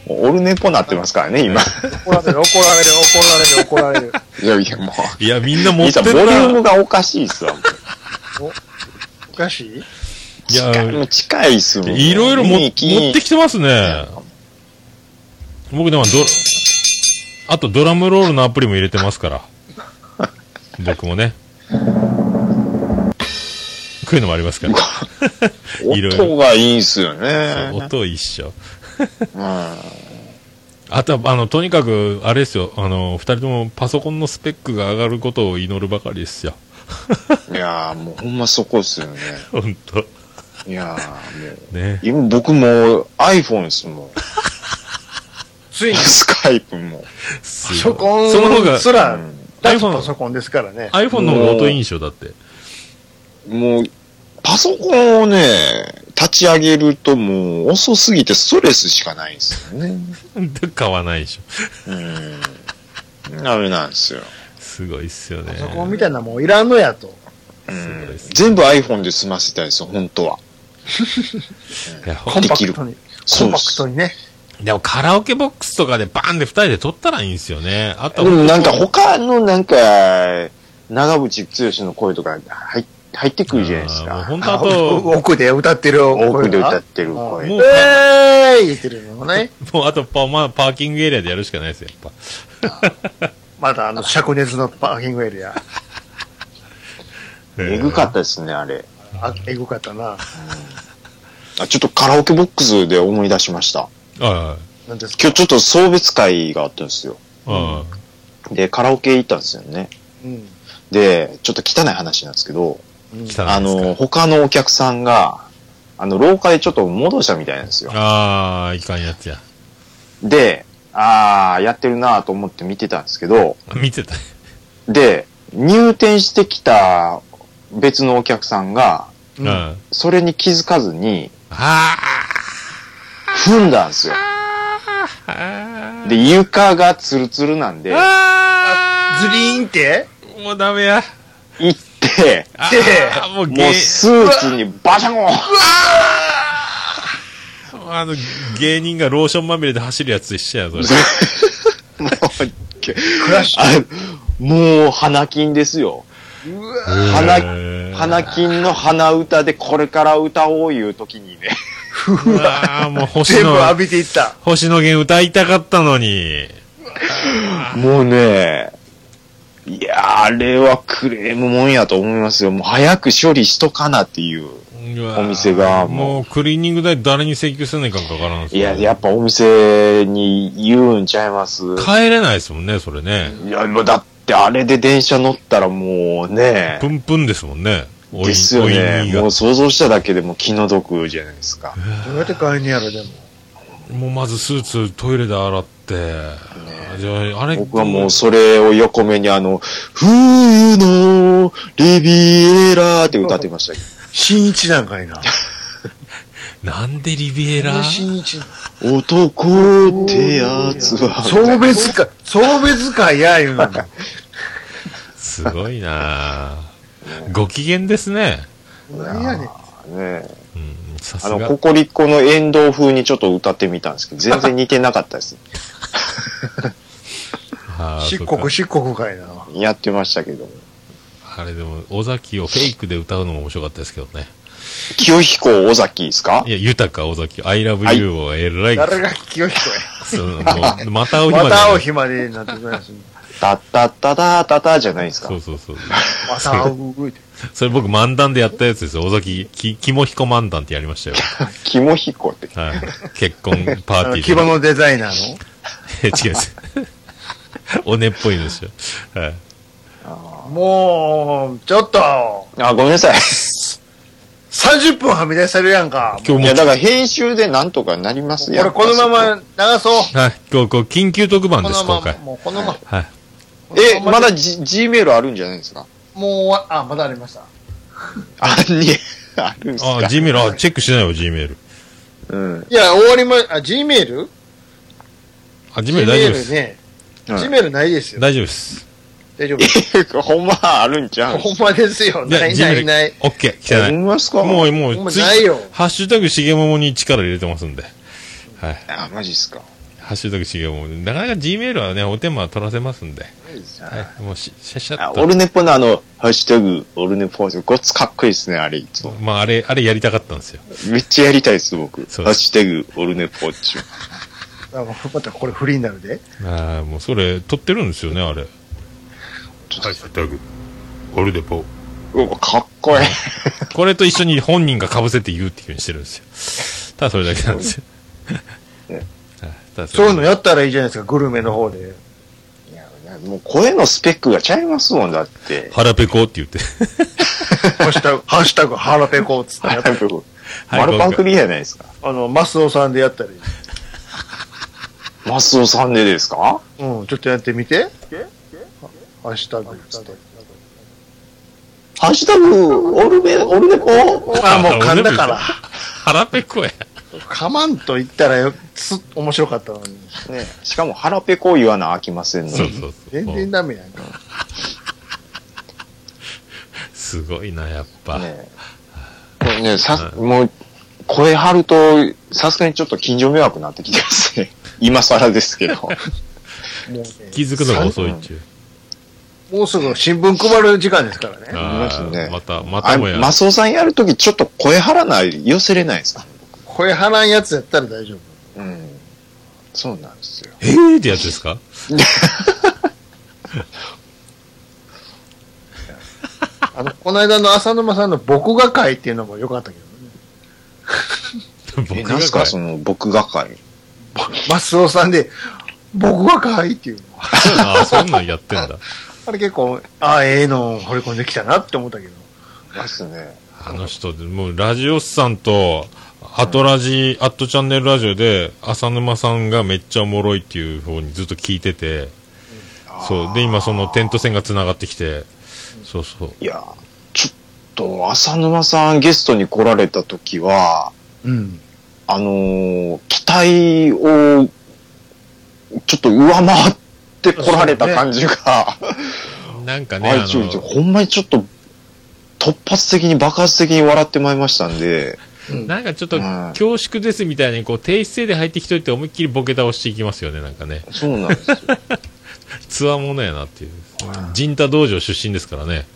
C: もうオルネポなってますからね、今。
A: 怒られる、怒られる、怒られる、怒られる。
C: いやいや、も
B: いや、みんな
C: う。
B: 持
C: い
B: って
C: さ
B: る
C: ボリューム
B: な。
C: がおかしいっすわ。もう
A: おおかしい
B: や
C: 近い、近いっすもんね。
B: いろいろも
C: 見
B: 持
C: に来
B: ってきてますね。僕でもド、あとドラムロールのアプリも入れてますから。僕もね。こういうのもありますから。いろいろ
C: 音がいいんすよね。
B: そう音一緒。
C: うん
B: あとは、あの、とにかく、あれですよ。あの、二人ともパソコンのスペックが上がることを祈るばかりですよ。
C: いやー、もうほんまそこっすよね。
B: 本当
C: いやー、もう。
B: ね。
C: 今僕も iPhone です もん。
A: ついに、
C: スカイプも。
A: パソコ
B: その方が
A: ン、すら
C: う、ん
A: 脱パソコンですからね。
B: iPhone の方が音いいんでしょ、だって。
C: もう、パソコンをね、立ち上げるともう遅すぎてストレスしかないんですよね。
B: 買わないでしょ。
C: うん。ダメなんですよ。
B: すごいっすよね。
A: パソコンみたいなもんいらんのやと。
C: う
B: すごいっ
C: ん
B: す、
C: 全部 iPhone で済ませたいですよ、本当は。
B: いやほん
A: コンパ
C: でき
A: ク
C: る
A: トに。コ
C: そう
A: ン
C: で
A: パク
C: す
A: ト。にね。
B: でもカラオケボックスとかでバーンで二人で撮ったらいいんですよね。あと
C: で
B: は
C: もなんか他のなんか、長渕剛の声とか入っ入ってくるじゃないで
B: あ
C: す
B: ーもう
C: か。
B: ほんとあ
A: お
B: と、
A: 奥で歌ってる声が。
C: 奥で歌ってる声。
B: もう
A: えーい言ってるのも ね。
B: もうあとパ,、まあ、パーキングエリアでやるしかないですよ、やっ
A: まだあの、灼熱のパーキングエリア。
B: ぱ。
C: えぐかったですね、あれ。
A: あ、えぐかったな。
C: あ、ちょっとカラオケボックスで思い出しました。
B: た。は
A: なんですか
C: 今日ちょっと送別会があったんですよ。
B: いはい。
C: で、カラオケ行ったんですよね。
A: うん。
C: で、ちょっと汚い話なんですけど、
A: うん
B: 来た
C: あ
B: んですか
C: の、他のお客さんが、あの、廊下でちょっと戻したみたいなんですよ。
B: ああ、いかんやつや。
C: で、あー、やってるなーと思って見てたんですけど、
B: 見てた。
C: で、入店してきた別のお客さんが、
B: うん。
A: うん。
B: あ
C: それに気づかずに、
B: あ
C: 踏んだんですよ。
B: ー。
C: で、床がツルツルなんで、
B: あ
A: ズリーンって
B: ーもうダメや。
C: 行って、
B: あ
A: で
B: ーもうゲ
C: もう
B: ー、
C: スーツにバシャゴン
B: あの、芸人がローションまみれで走るやつと一緒や、それ。
C: もう
A: クラッシュ。
C: あれもう、花金ですよ。
A: うわ
C: 鼻
B: えー
C: 花金の花歌でこれから歌おういう時にね。
B: うわあ、もう星
A: 全部
B: 野、
A: 浴びていった。
B: 星野源歌いたかったのに。
C: もうね、いや、あれはクレームもんやと思いますよ。もう早く処理しとかなっていう。
B: お
C: お店がも
B: もうクリーニング代誰に請求せないかんかからんです
C: い
B: よ
C: や、やっぱお店に言うんちゃいます。
B: 帰れないですもんね、それね。
C: いや、もうだってあれで電車乗ったらもうね
B: プ、ンプンですもんね。おい
C: ですよ
B: おい
C: ね。
B: にが
C: もう想像しただけでも気の毒じゃないですか。
A: どうやって買いにやろ、でも。
B: もうまずスーツトイレで洗って。じゃあ、あれ
C: 僕はもうそれを横目にあの、冬のリビエラーって歌ってましたけ
A: 新一なんかいな。
B: なんでリビエラ
A: 新一。
C: ど、男ってやつは、
A: 送別会、送別会や、いうのに。
B: すごいなぁご機嫌ですね。
A: 何やねん。
C: ね、
B: うん、さ
C: あ
B: す
C: の、
B: が
C: コ。コリコの遠藤風にちょっと歌ってみたんですけど、全然似てなかったです。
B: あー
A: 漆
B: そうか
A: 黒、漆黒かいな。
C: やってましたけども。
B: あれでも、尾崎をフェイクで歌うのも面白かったですけどね。
C: 清彦尾崎ですか
B: いや、豊か尾崎、I love you をえらい、
A: 誰が清彦
B: そのもうまた会う
A: や。ま
B: 日まで。
A: た会う日までになってくれ ます。
C: たったたたたたじゃないですか
B: そ。うそうそう。
A: また会うって。
B: それ僕漫談でやったやつですよ。尾崎、き、肝彦漫談ってやりましたよ。
C: 肝彦って。
B: はい。結婚パ
A: あ
B: ー
A: の、
B: ティ
A: 着
B: ーで。
A: 物デザイナーの。
B: え 違います。おねっぽいのですよ。はい。
A: もう、ちょっと、
C: あ、ごめんなさい。
A: 30分はみ出されるやんか。
B: 今
C: い
B: 日
C: や、
B: も、
C: だから編集でなんとかなりますや
A: 俺このまま流そう。
B: はい。今日、こう、緊急特番
A: こ
B: で
A: の
B: す、
A: ま
B: 今
A: ま、
B: 回。
A: もうこのまま、
B: はい。
C: え、まだ G、G メールあるんじゃないですか
A: もう終わ、あ、まだありました。
C: あ、に、 あるんですか
B: あ、G メール、あ、チェックしないよ、G メール。
C: うん。
A: いや、終わりま、あ、G メール
B: あ、G メール大丈夫です。
A: ね。G メールないですよ。
B: 大丈夫です。
A: 大丈夫。
C: ほんまあるんちゃうん
A: ほんまですよ。ない
B: G
A: な
B: メー
A: い
B: ル
A: ない。。
B: オッケー、来てな
C: ほ
B: い。
C: んまっすか
B: も
C: う。
B: う、も
A: ほん
B: う、
A: ま
B: ツイ
A: ないよ
B: ハッシュタグ、しげももに力入れてますんで。はい。
C: あ、マジっすか。
B: ハッシュタグしげも、なかなか G メールはね、お手間は取らせますんで、はい、もうし、しゃしゃ
C: あ
B: っ
C: オ
B: と。
C: ルネポのあの、ハッシュタグ、オルネポごっつかっこいいですね、あれ、いつも。
B: まあ、あれ、あれやりたかったんですよ。
C: めっちゃやりたいです、僕。ハ
B: そう
C: ッシュタグ、オルネポーチュ。
A: あのまたこれフリーになるで。
B: ああ、もうそれ、撮ってるんですよね、あれ。ハッシュタグ、オルデポ。
C: うわ、かっこいい。
B: これと一緒に本人が被せて言うっていうようにしてるんですよ。ただそれだけなんですよ。はいただ
A: そういうの
B: や
A: やったらいいじゃないですか、グルメの方 で。
C: いやもう声のスペックがちゃいますもんだって。
B: 腹ペコって言って。
A: ハッシュタグ、ハッシュタグ、腹ペコっつって やったら、
B: はい
C: 丸パンクリーじゃないですか。
A: あの、マスオさんでやったらいい。
C: マスオサンデーですか
A: うん、ちょっとやってみて。ハッシュタグっつって。
C: ハッシュタグ、オルネ、オルネポ
A: あ、もう噛んだから。
B: 腹ペコや。
A: 噛まんと言ったらよ、す面白かったのに。
C: ね、しかも腹ペコ言わなあきませんの
B: そう
C: に。
B: そうそう。
A: 全然ダメやんか。
B: すごいな、やっぱ。
C: ねこれね、さ、もう、声張ると、さすがにちょっと近所迷惑になってきてますね。 今更で すけど。
A: もうね
B: 気づくのが遅いっちゅう。
A: もうすぐ新聞配る時間ですからね。
B: あ
C: あり
B: ー
C: ますね
B: また、ま
C: あ
B: たもや。
C: マスオさんやるときちょっと声張らない、寄せれないですか
A: 声張らんやつやったら大丈夫。
C: うん。そうなんですよ。
B: えーってやつですか
A: あの、この間の浅沼さんの僕が会っていうのも良かったけどね。
B: 僕
C: え、
B: が
C: なんすかその、僕が会。
A: マスオさんで、僕が会っていうの。
B: あーそんなんやってんだ。
A: あれ結構、ああ、ええの掘り込んできたなって思ったけど。
C: ですね。
B: あの人、もうラジオスさんと、アトラジ、アットチャンネルラジオで、浅沼さんがめっちゃおもろいっていう方にずっと聞いてて、そう。で、今その点と線が繋がってきて、そうそう。
C: いや、ちょっと、浅沼さんゲストに来られたときは、
A: うん。
C: あのー期待を、ちょっと上回って来られた感じが、
B: なんかね、
C: あ
B: あ
C: いちょいちょ
B: の、
C: いほんまにちょっと、突発的に爆発的に笑ってまいりましたんで、
B: なんかちょっと
C: うん
B: 恐縮ですみたいに、こう、低姿勢で入ってきといて思いっきりボケ倒していきますよね、なんかね。
C: そうなんですよ。
B: ツアーものやなっていう。陣太道場出身ですからね。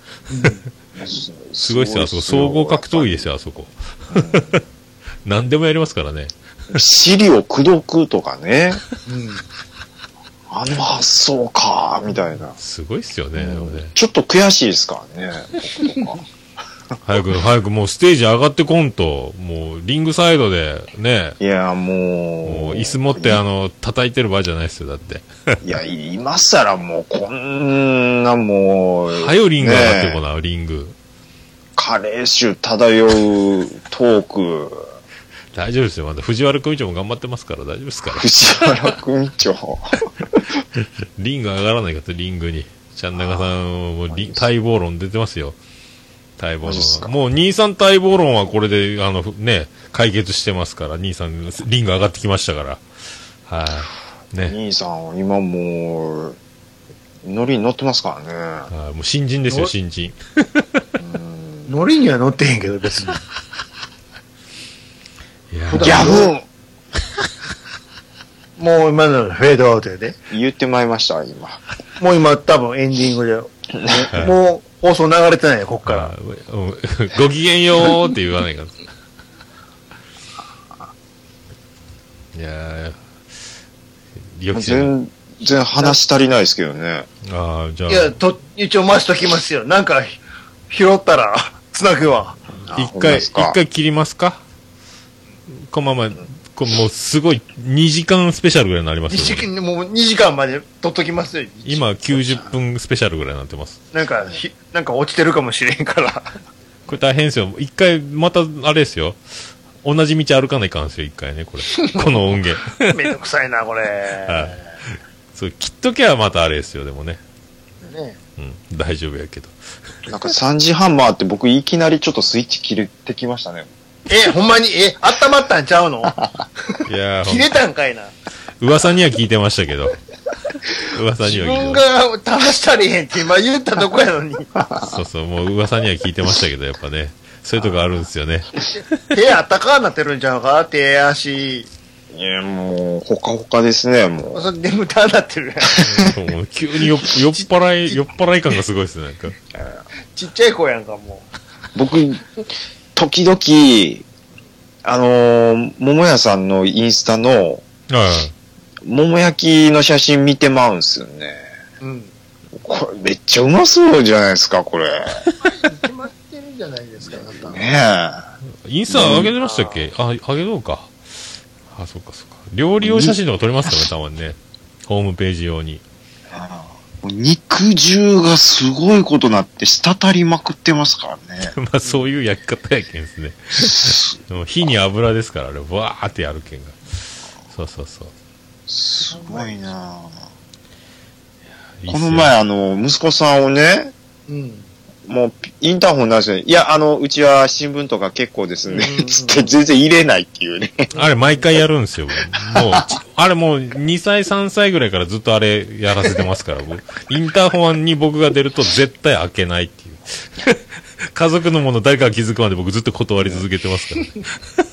B: すごいっすよ、あそこ。総合格闘技ですよ、あそこ。 何でもやりますからね。
C: 尻を口説くとかね。
A: うん。
C: あの発想か、みたいな。
B: すごいっすよね、でもね。
C: ちょっと悔しいですからね。
B: 早く、早くもうステージ上がってこんと、もうリングサイドでね、
C: いや、も
B: もう
C: う。
B: 椅子持ってあの、叩いてる場合じゃないですよ、だって。
C: いや、今更もう、こんなもう。
B: はよリング上がってこ
C: ね
B: な、リング。
C: えカレー臭漂うトーク。
B: 大丈夫ですよ、まだ藤原組長も頑張ってますから、大丈夫ですから。
C: 藤原組長。
B: リング上がらないかと、リングに。ちゃんなかさん、もうリ待望論出てますよ。待望
C: マジっすか
B: 論。もう23待望論はこれで、あの、ね、解決してますから、23、リング上がってきましたから。はい。ね。
C: 兄さん、今もう、ノリに乗ってますからね。
B: はいもう新人ですよ、新人。
A: ノリには乗ってへんけど、別に。
B: いや
A: 普
C: ギ
A: 段
B: ー
C: ャ フ
A: もう今のフェードアウトやで。
C: ン言ってまいりました、今。
A: もう今多分エンディングで。ねもう放送流れてないよ、こっから。
B: あうんごきげんようって言わ ないから。いやー、よく知らない。
C: 全然話足りないですけどね。
B: ああ、じゃあ
A: い、や、と、一応回しときますよ。なんか、拾ったら、つなぐ わ。
C: あほ
B: 一
C: んま
B: 回、
C: です
B: 一
C: か
B: 回切りますかこのまま、こもうすごい、2時間スペシャルぐらいになります
A: 二
B: よ、
A: 時間、もう2時間まで取っときますよ。
B: 今、90分スペシャルぐらいになってます。
A: なんか、ひなんか落ちてるかもしれん から。
B: これ大変ですよ。一回、また、あれですよ。同じ道歩かないかんですよ、一回ね、これ。この音源。
A: めんどくさいな、これ。
B: はい。そう、切っとけばまたあれですよ、でもね。
A: ね、
B: うん、大丈夫やけど。
C: なんか3時半回って僕いきなりちょっとスイッチ切れてきましたね。
A: え、ほんまに、え、温まったんちゃ うの
B: いやーほん
A: 切れたんかいな。
B: 噂には聞いてましたけど。噂に
A: 自
B: は聞
A: 分
B: いて
A: が試したりへんって今言ったとこやのに。
B: ました。そうそう、もう噂には聞いてましたけど、やっぱね。そういうとこあるんですよね。
A: 手あったかになってるんちゃうか手足。
C: いや、もう、うほかほかですね、もう。
A: それ眠たなってるやん。
B: そう急 によ酔っ払い、酔っ払い感がすごいですね、なんか。
A: ちっちゃい子やんか、も
C: 僕、時々、あのー、桃屋さんのインスタの、
B: はい。
C: 桃焼きの写真見てまうんすよね。
A: う。うん。
C: これめっちゃうまそうじゃないですか、これ。
A: 決まってるじゃないですか、あなた。
C: ねえ。
B: インスタ上げてましたっけあ、上げようか。あ、そっかそっか。料理用写真とか撮れますかね、たまにね。ホームページ用に。
C: 肉汁がすごいことなって、滴りまくってますからね。
B: まあ、そういう焼き方やけんです ね。でも火に油ですから、あれ、わーってやるけんが。そうそうそう。
C: すごいなあ
B: いいっ
C: こ
B: すよ
C: の前、あの、息子さんをね、
A: うん。
C: もう、インターホンなんですよ。いや、あの、うちは新聞とか結構ですね
A: うん。
C: つって、全然入れないっていうね。
B: あれ、毎回やるんですよ。僕もう、ちあれもう、2歳、3歳ぐらいからずっとあれやらせてますから、僕。インターホンに僕が出ると絶対開けないっていう。 家族のもの誰かが気づくまで僕ずっと断り続けてますか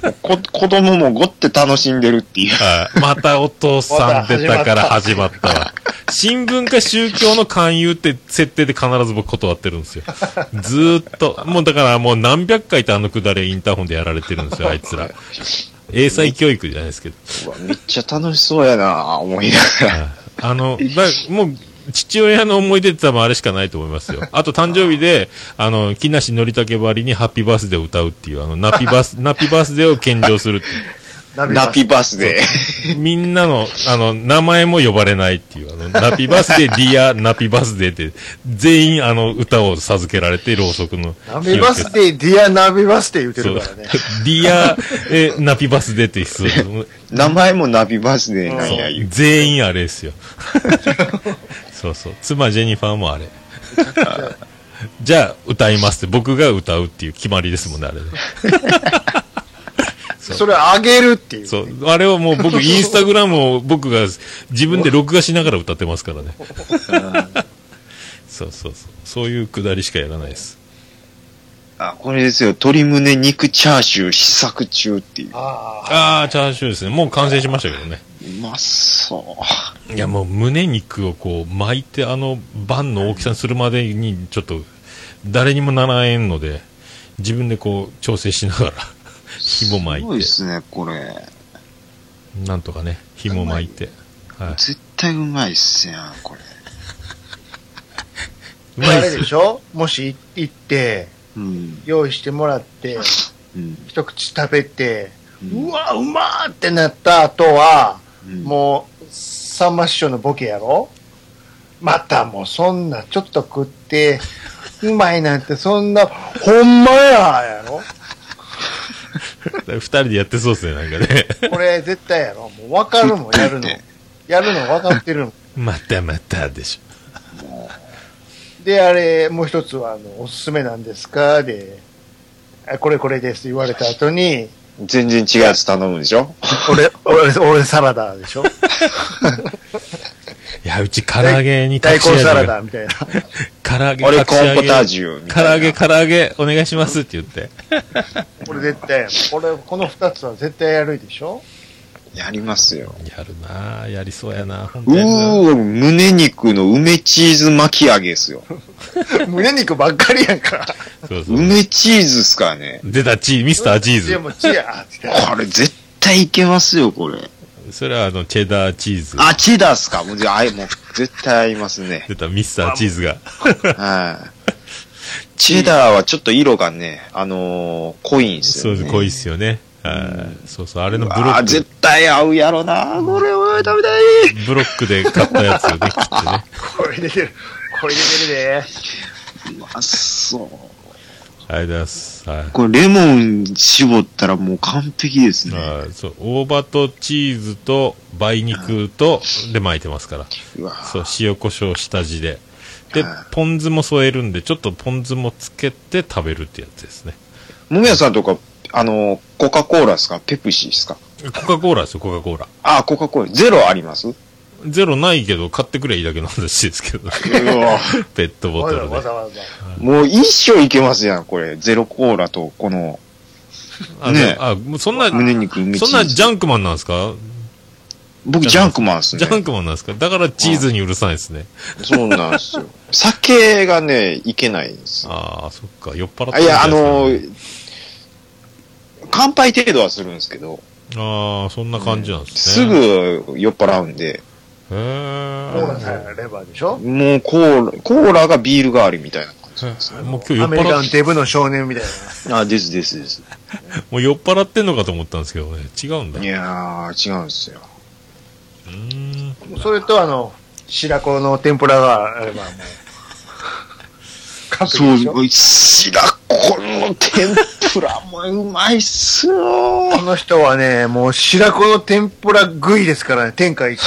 B: らね。
C: こ子供もごって楽しんでるっていう。
B: はいまたお父さん出たから始まったわ。新聞か宗教の勧誘って設定で必ず僕断ってるんですよ。ずーっと。もうだからもう何百回とあのくだりインターホンでやられてるんですよ、あいつら。英才教育じゃないですけど。
C: うわめっちゃ楽しそうやなあ思いながら。
B: あの、だもう、父親の思い出って多分あれしかないと思いますよ。あと誕生日で、あの、木梨憲武ばりにハッピーバースデーを歌うっていう、あの、ナピ バス、ナピバースデーを献上するっていう。
A: ナビ
C: ナピバースデー。
B: みんなの、あの、名前も呼ばれないっていう、あの、ナピバースデー、ディア、ナピバースデーって、全員あの、歌を授けられて、ろうそくの火
A: ナ
B: をつけて。
A: ビバスデー、ディアナビバスデー言うて
B: そう
A: る
B: デ
A: からね。
B: ィア、え、ナピバースデーって必要。
C: 名前もナビバースデーなん
B: そ
C: や、
B: う
C: 言う。
B: 全員あれですよ。そうそう。妻ジェニファーもあれ。じゃあ、歌いますって、僕が歌うっていう決まりですもんね、あれね。
A: それあげるっていう。
B: そう。あれをもう僕、インスタグラムを僕が自分で録画しながら歌ってますからね。そうそうそう。そういうくだりしかやらないです。
C: あ、これですよ。鶏胸肉チャーシュー試作中っていう。
A: あ
B: あー、チャーシューですね。もう完成しましたけどね。
C: うまそう。
B: いや、もう胸肉をこう巻いて、あの、バンの大きさにするまでに、ちょっと、誰にもならえんので、自分でこう、調整しながら、 紐巻
C: すごい
B: い
C: で
B: て、
C: すね、これ。
B: なんとかね、紐巻いて。はい。
C: 絶対うまいっすやん、これ。
B: う
A: あ。
B: ま
A: あ
B: いで
A: れ
B: す
A: で。しょもし行って、
C: うん。
A: 用意してもらって、
C: うん。
A: 一口食べて、
C: うん
A: うわ、うまーってなった後は、
C: うん
A: もう、さんま師匠のボケやろまたもうそんなちょっと食 って、うまいなんてそんな、ほんまややろ
B: 二人でやってそうですね、なんかね。
A: これ絶対やろもう分かるもん、やるの
C: 食って。
A: やるの分かってるもん。
B: またまたでしょ。
A: で、あれ、もう一つは、あの、おすすめなんですかで、あこれこれですって言われた後に、
C: 全然違うやつ頼むでしょ
A: 俺、 俺、俺サラダでしょ
B: いや、うち唐揚げに隠し
A: 大
B: 味が
A: 根サラダみたいな。
B: 唐揚げ
C: 俺
B: 隠し
C: コ
B: 味
C: ーンポタージュみ
B: 唐
C: た
B: 揚
C: いな。
B: げ、唐揚げ、お願いしますって言って。
A: これ絶対やろこれ、この二つは絶対やるでし ょ
C: やりますよ。
B: やるなぁ、やりそうやなぁ、ほん
C: う
B: とやるなぁ
C: ー、胸肉の梅チーズ巻き揚げですよ。
A: 胸肉ばっかりやんか。
B: そうそう。
C: 梅チーズっすからね。
B: 出た、チー、ミスターチー
A: いや、
B: ズ。
A: もうチアって。
C: これ絶対いけますよ、これ。
B: それはあの、チェダーチーズ。
C: あ、チーダーっすかもう、じゃあ、あいもう、絶対合いますね。
B: 出た、ミスターチーズが。
C: はい。チーダーはちょっと色がね、あのー、濃いんす
B: そ
C: よ、
B: う
C: ね。
B: そう、濃いっすよね。はい。そうそう、あれのブロ
C: あ
B: ッ
C: ー、
B: ク
C: 絶、対合うやろな。これ、おい、食べたい。
B: ブロックで買ったやつをね、 切ってね。
A: これ出てる。これ出てるで。
C: うまそう。
B: ありがとうございます。はい。
C: これ、レモン絞ったらもう完璧ですね。
B: あーそう、大葉とチーズと梅肉と、で巻いてますから。
C: うわ
B: そう、塩コショウ下地で。で
C: は、
B: ポン酢も添えるんで、ちょっとポン酢もつけて食べるってやつですね。
C: もみやさんとか、あのー、コカ・コーラっすかペプシーっすか
B: コカ・コーラですよ、コカ・コーラ。
C: あー、コカ・コーラ。ゼロあり ますう
B: ゼロないけど、買ってくればいいだけの話ですけど、
C: わ
B: ペットボ
A: わ
B: ト
A: ざ
B: ル
A: わ
B: で
A: ざ。わざ。
C: もう一生いけますやん、これ。ゼロコーラと、この、
B: あ、
C: ねえ
B: あもうそんな、
C: 胸肉、
B: そんなジ
C: ン
B: ャンクマンなんですか
C: 僕、ジャンクマンです
B: ジ
C: ね。
B: ャンクマンなんですかだからチーズにうるさいですね。
C: そうなんです よ。酒がね、いけないんですよ。
B: ああ、そっか。酔っ払っ
C: あ
B: て
C: い
B: るんじ
C: や、
B: ゃ
C: あ
B: ない
C: の
B: です、
C: 乾杯程度はするんですけど、
B: かねああ、そんな感じなんです
C: す
B: ね。
C: ぐ
B: へ
C: 酔っ払うんで、
A: コーラ
B: え。
A: さえレバーでしょ
C: もうコーラ、コーラがビール代わりみたいな感じですね。
B: もう今日酔
A: ア
B: っ
A: メリカ
B: 払
A: ン
B: っ
A: デブの少年みたい
C: あ、ですですです。
B: もう酔っ払ってんのかと思ったんですけどね。違うんだ。
C: いうやー、違うんですよ。
B: ーん。
A: な。それと、あの、白子の天ぷらがあれば、もう。完璧
C: そ
A: でしょ
C: う、白子の天ぷらもうまいっすよ
A: この人はね、もう白子の天ぷら食いですからね、天下一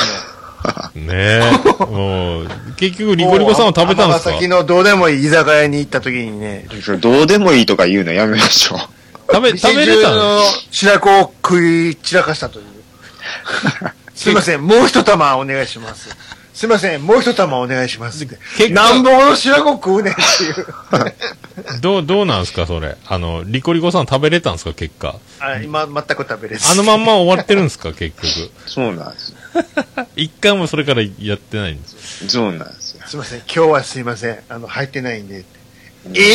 B: ねえ。もう、結局、
A: の。
B: リコリコさんは食べたんですか
A: 尼崎のどうでもいい居酒屋に行った時にね、
C: それどうでもいいとか言うのやめましょう。
B: 食べ、食べれ
A: 店
B: たの
A: 中の白子を食い散らかしたという。すいません、もう一玉お願いします。すいません、もう一玉お願いしますって。
B: 結
A: な
B: 果
A: んぼの白子食うねんってい う。
B: どう、どうなんですか、それ。あの、リコリコさん食べれたんですか、結果。
A: あ今、全く食べれず。
B: あのまんま終わってるんですか、結局。
C: そうなんですよ。
B: 一回もそれからやってないんです。
C: そうなんですよ。
A: すいません、今日はすいません、あの、入ってないんでって。え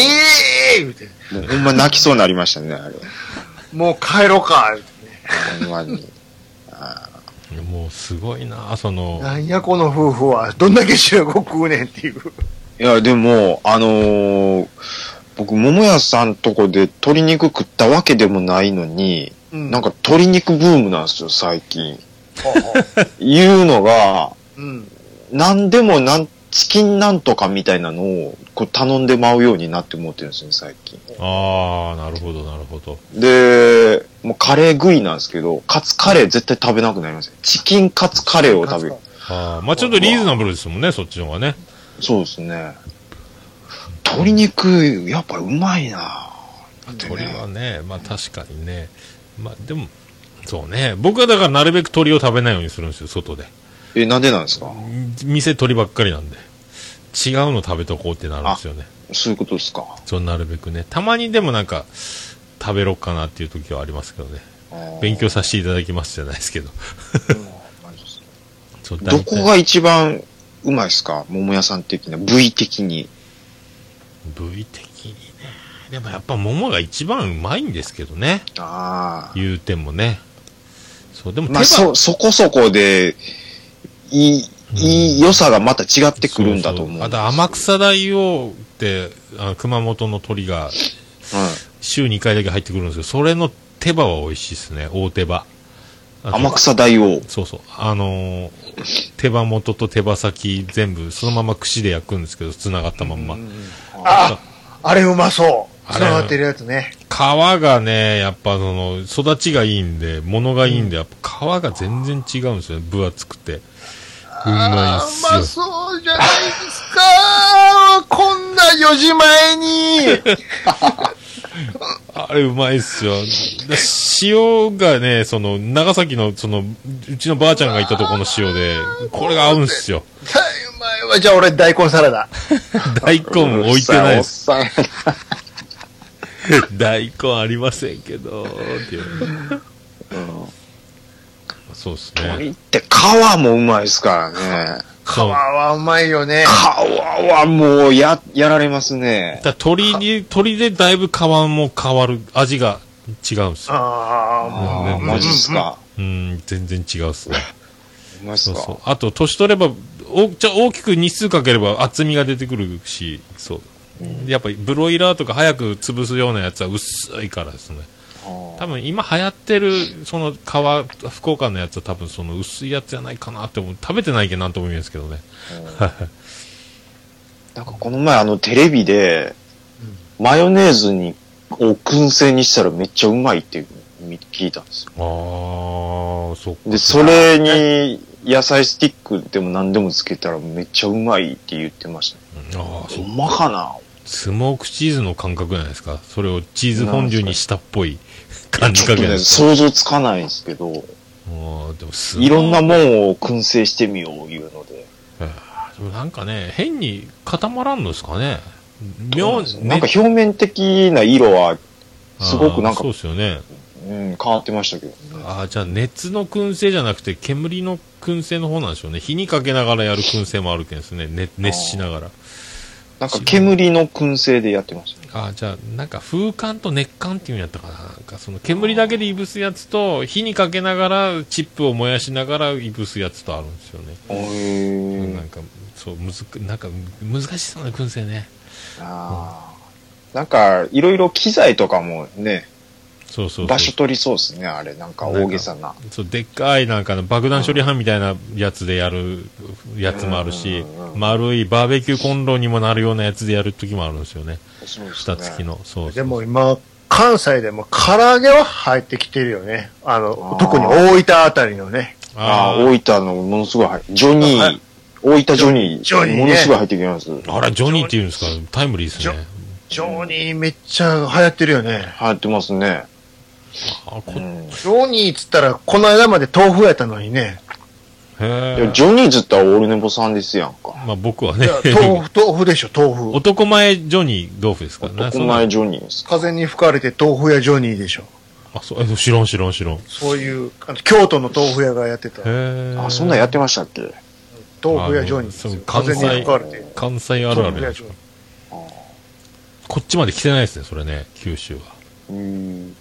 A: えー、言うて、
C: もうほんま泣きそうになりましたね、あれ。
A: もう帰ろうか、言うてね。
C: ほんまに。
B: もう、すごいなその、
A: なんやこの夫婦は、どんだけ白子食うねんっていう。
C: いや、でも、あのー僕、桃屋さんとこで鶏肉食ったわけでもないのに、
A: うん
C: なんか鶏肉ブームなんですよ、最近。
A: ほうほう
C: いうのが、
A: うん。
C: 何でもなん、チキンなんとかみたいなのをこう頼んでまうようになって思ってるんですよね、最近。
B: ああ、なるほど、なるほど。
C: で、もうカレー食いなんですけど、カツカレー絶対食べなくなりますね。チキンカツカレーを食べる。
B: ああ、まあちょっとリーズナブルですもんね、そっちの方がね。
C: そうですね。鶏肉、やっぱうまいなぁってね
B: 鳥はね、まあ確かにね。まあでも、そうね。僕はだからなるべく鳥を食べないようにするんですよ、外で。
C: え、なんでなんですか
B: 店鳥ばっかりなんで。違うの食べとこうってなるんですよね。
C: そういうことですか。
B: そうなるべくね。たまにでもなんか、食べろっかなっていう時はありますけどね。勉強させていただきますじゃないですけど。そう
C: どこが一番うまいですか桃屋さん的な、部位的に。
B: 部位的にね。でもやっぱ桃が一番うまいんですけどね。
C: ああ。
B: 言うてもね。そう、でも手
C: まあ、
B: 羽
C: そ、そこそこで、いい、いい良さがまた違ってくるんだと思うん
B: そうそう
C: ですよ。
B: あと天草大王って、あの熊本の鳥が週2回だけ入ってくるんですけど、それの手羽は美味しいですね、大手羽。あ
C: うん。
B: と
C: 天草大王。
B: そうそう。あのー手羽元と手羽先全部そのまま串で焼くんですけど、繋がったまんま。
A: あ、あれうまそう。
B: あ
A: つ
B: れ
A: ながってるやつね。
B: 皮がね、やっぱその、育ちがいいんで、物がいいんで、やっぱ皮が全然違うんですよね。分厚くて。うまいっすよ。
A: そうじゃないですかこんな4時前に
B: あれうまいっすよ。だ塩がね、その、長崎の、その、うちのばあちゃんがいたとこの塩で、これが合うんすよ。
A: 大前は、じゃあ俺大根サラダ。
B: 大根置いてないです。
C: おっさんおっさん
B: 大根ありませんけど、っていう。そうですね。
C: 鶏って皮もうまいですからね。
A: 皮はうまいよね
C: 皮。はもうや、やられますね。
B: だ鳥に、鳥でだいぶ皮も変わる、味が違うんですよ。
A: あ
C: あーマジっすか。
B: うん、全然違うっすね。
C: うまいっ
B: そ
C: す
B: う
C: か。
B: そう。あと、年取れば、おじゃ大きく日数かければ厚みが出てくるし、そう。やっぱりブロイラーとか早く潰すようなやつは薄いからですね。多分今流行ってる、その皮、福岡のやつは多分その薄いやつじゃないかなって思う。食べてないけどなんとも言うんですけどね。
C: なんかこの前あのテレビで、マヨネーズに、を燻製にしたらめっちゃうまいっていうのを聞いたんですよ。
B: あー、そっか。
C: で、それに野菜スティックでも何でもつけたらめっちゃうまいって言ってました。
B: あー、
C: ほ
B: そうん
C: まかな
B: スモークチーズの感覚じゃないですか。それをチーズフォンデュにしたっぽい感じ
C: ちょ
B: か
C: っと
B: けで
C: ね、
B: すか。
C: 想像つかないんですけど、
B: もうでもすご
C: いろんなもんを燻製してみよういうので。
B: でもなんかね、変に固まらんのですかね。
C: なん
B: 妙
C: か表面的な色は、すごくなん
B: あー
C: か
B: そうですよね。
C: うん、変わってましたけど。
B: ああ、じゃあ熱の燻製じゃなくて煙の燻製の方なんでしょうね。火にかけながらやる燻製もあるけんですね。ね熱しながら。
C: なんか煙の燻製でやってましたね。
B: ああ、じゃあなんか風管と熱管っていうんやったかな。なんかその煙だけでいぶすやつと、火にかけながらチップを燃やしながらいぶすやつとあるんですよね。
C: お
B: な
C: ー
B: んか、そう、むずく、なんか難しそうな燻製ね。
C: あーなんか、いろいろ機材とかもね、
B: そうそうそう。
C: 場所取りそうですね、あれ。なんか大げさな。
B: そうでっかいなんかの爆弾処理班みたいなやつでやるやつもあるし
C: うんうん
B: 丸いバーベキューコンロにもなるようなやつでやる時もあるんですよね
C: そうです
B: 蓋付き
C: ね。
B: のそう
A: でも今、関西でも唐揚げは入ってきてるよね。あの、特に大分あたりのね。
C: ああ、
B: ー
C: 大分のものすごい入ジョニ
A: はい
C: ー、大分ジョニー、
A: ジョニーね
C: ものすごい入ってきます。
B: あらジョニーっていうんですかタイムリーです
A: ジョ
B: ね
A: ジョニーめっちゃ流行ってるよね。
C: 入ってますね。
B: あこ
C: う
B: へ
C: ん
A: ジョニーっつったら、この間まで豆腐やったのにね。
C: いや
B: え
C: ジョニーズってオールネボさんですやんか。
B: まあ僕はいね
A: や 豆腐、豆腐でしょ、豆腐。
B: 男前ジョニー豆腐ですからね
C: 男前ジョニーですか。
A: 風に吹かれて豆腐屋ジョニーでしょ。
B: あそうえ知らん知らん知らんへ
A: そういう、あの京都の豆腐屋がやってた。
B: え
C: あ、そんなんやってましたっけ
A: 豆腐屋ジョニーです
B: あ
A: よ
B: の。そう
A: 風に吹かれて。
B: 関西あるあ
A: 豆腐
B: る
A: 屋
B: や
A: ジ
B: つ
A: ョニー。
B: こっちまで来てないですねそれね九州は
C: うん。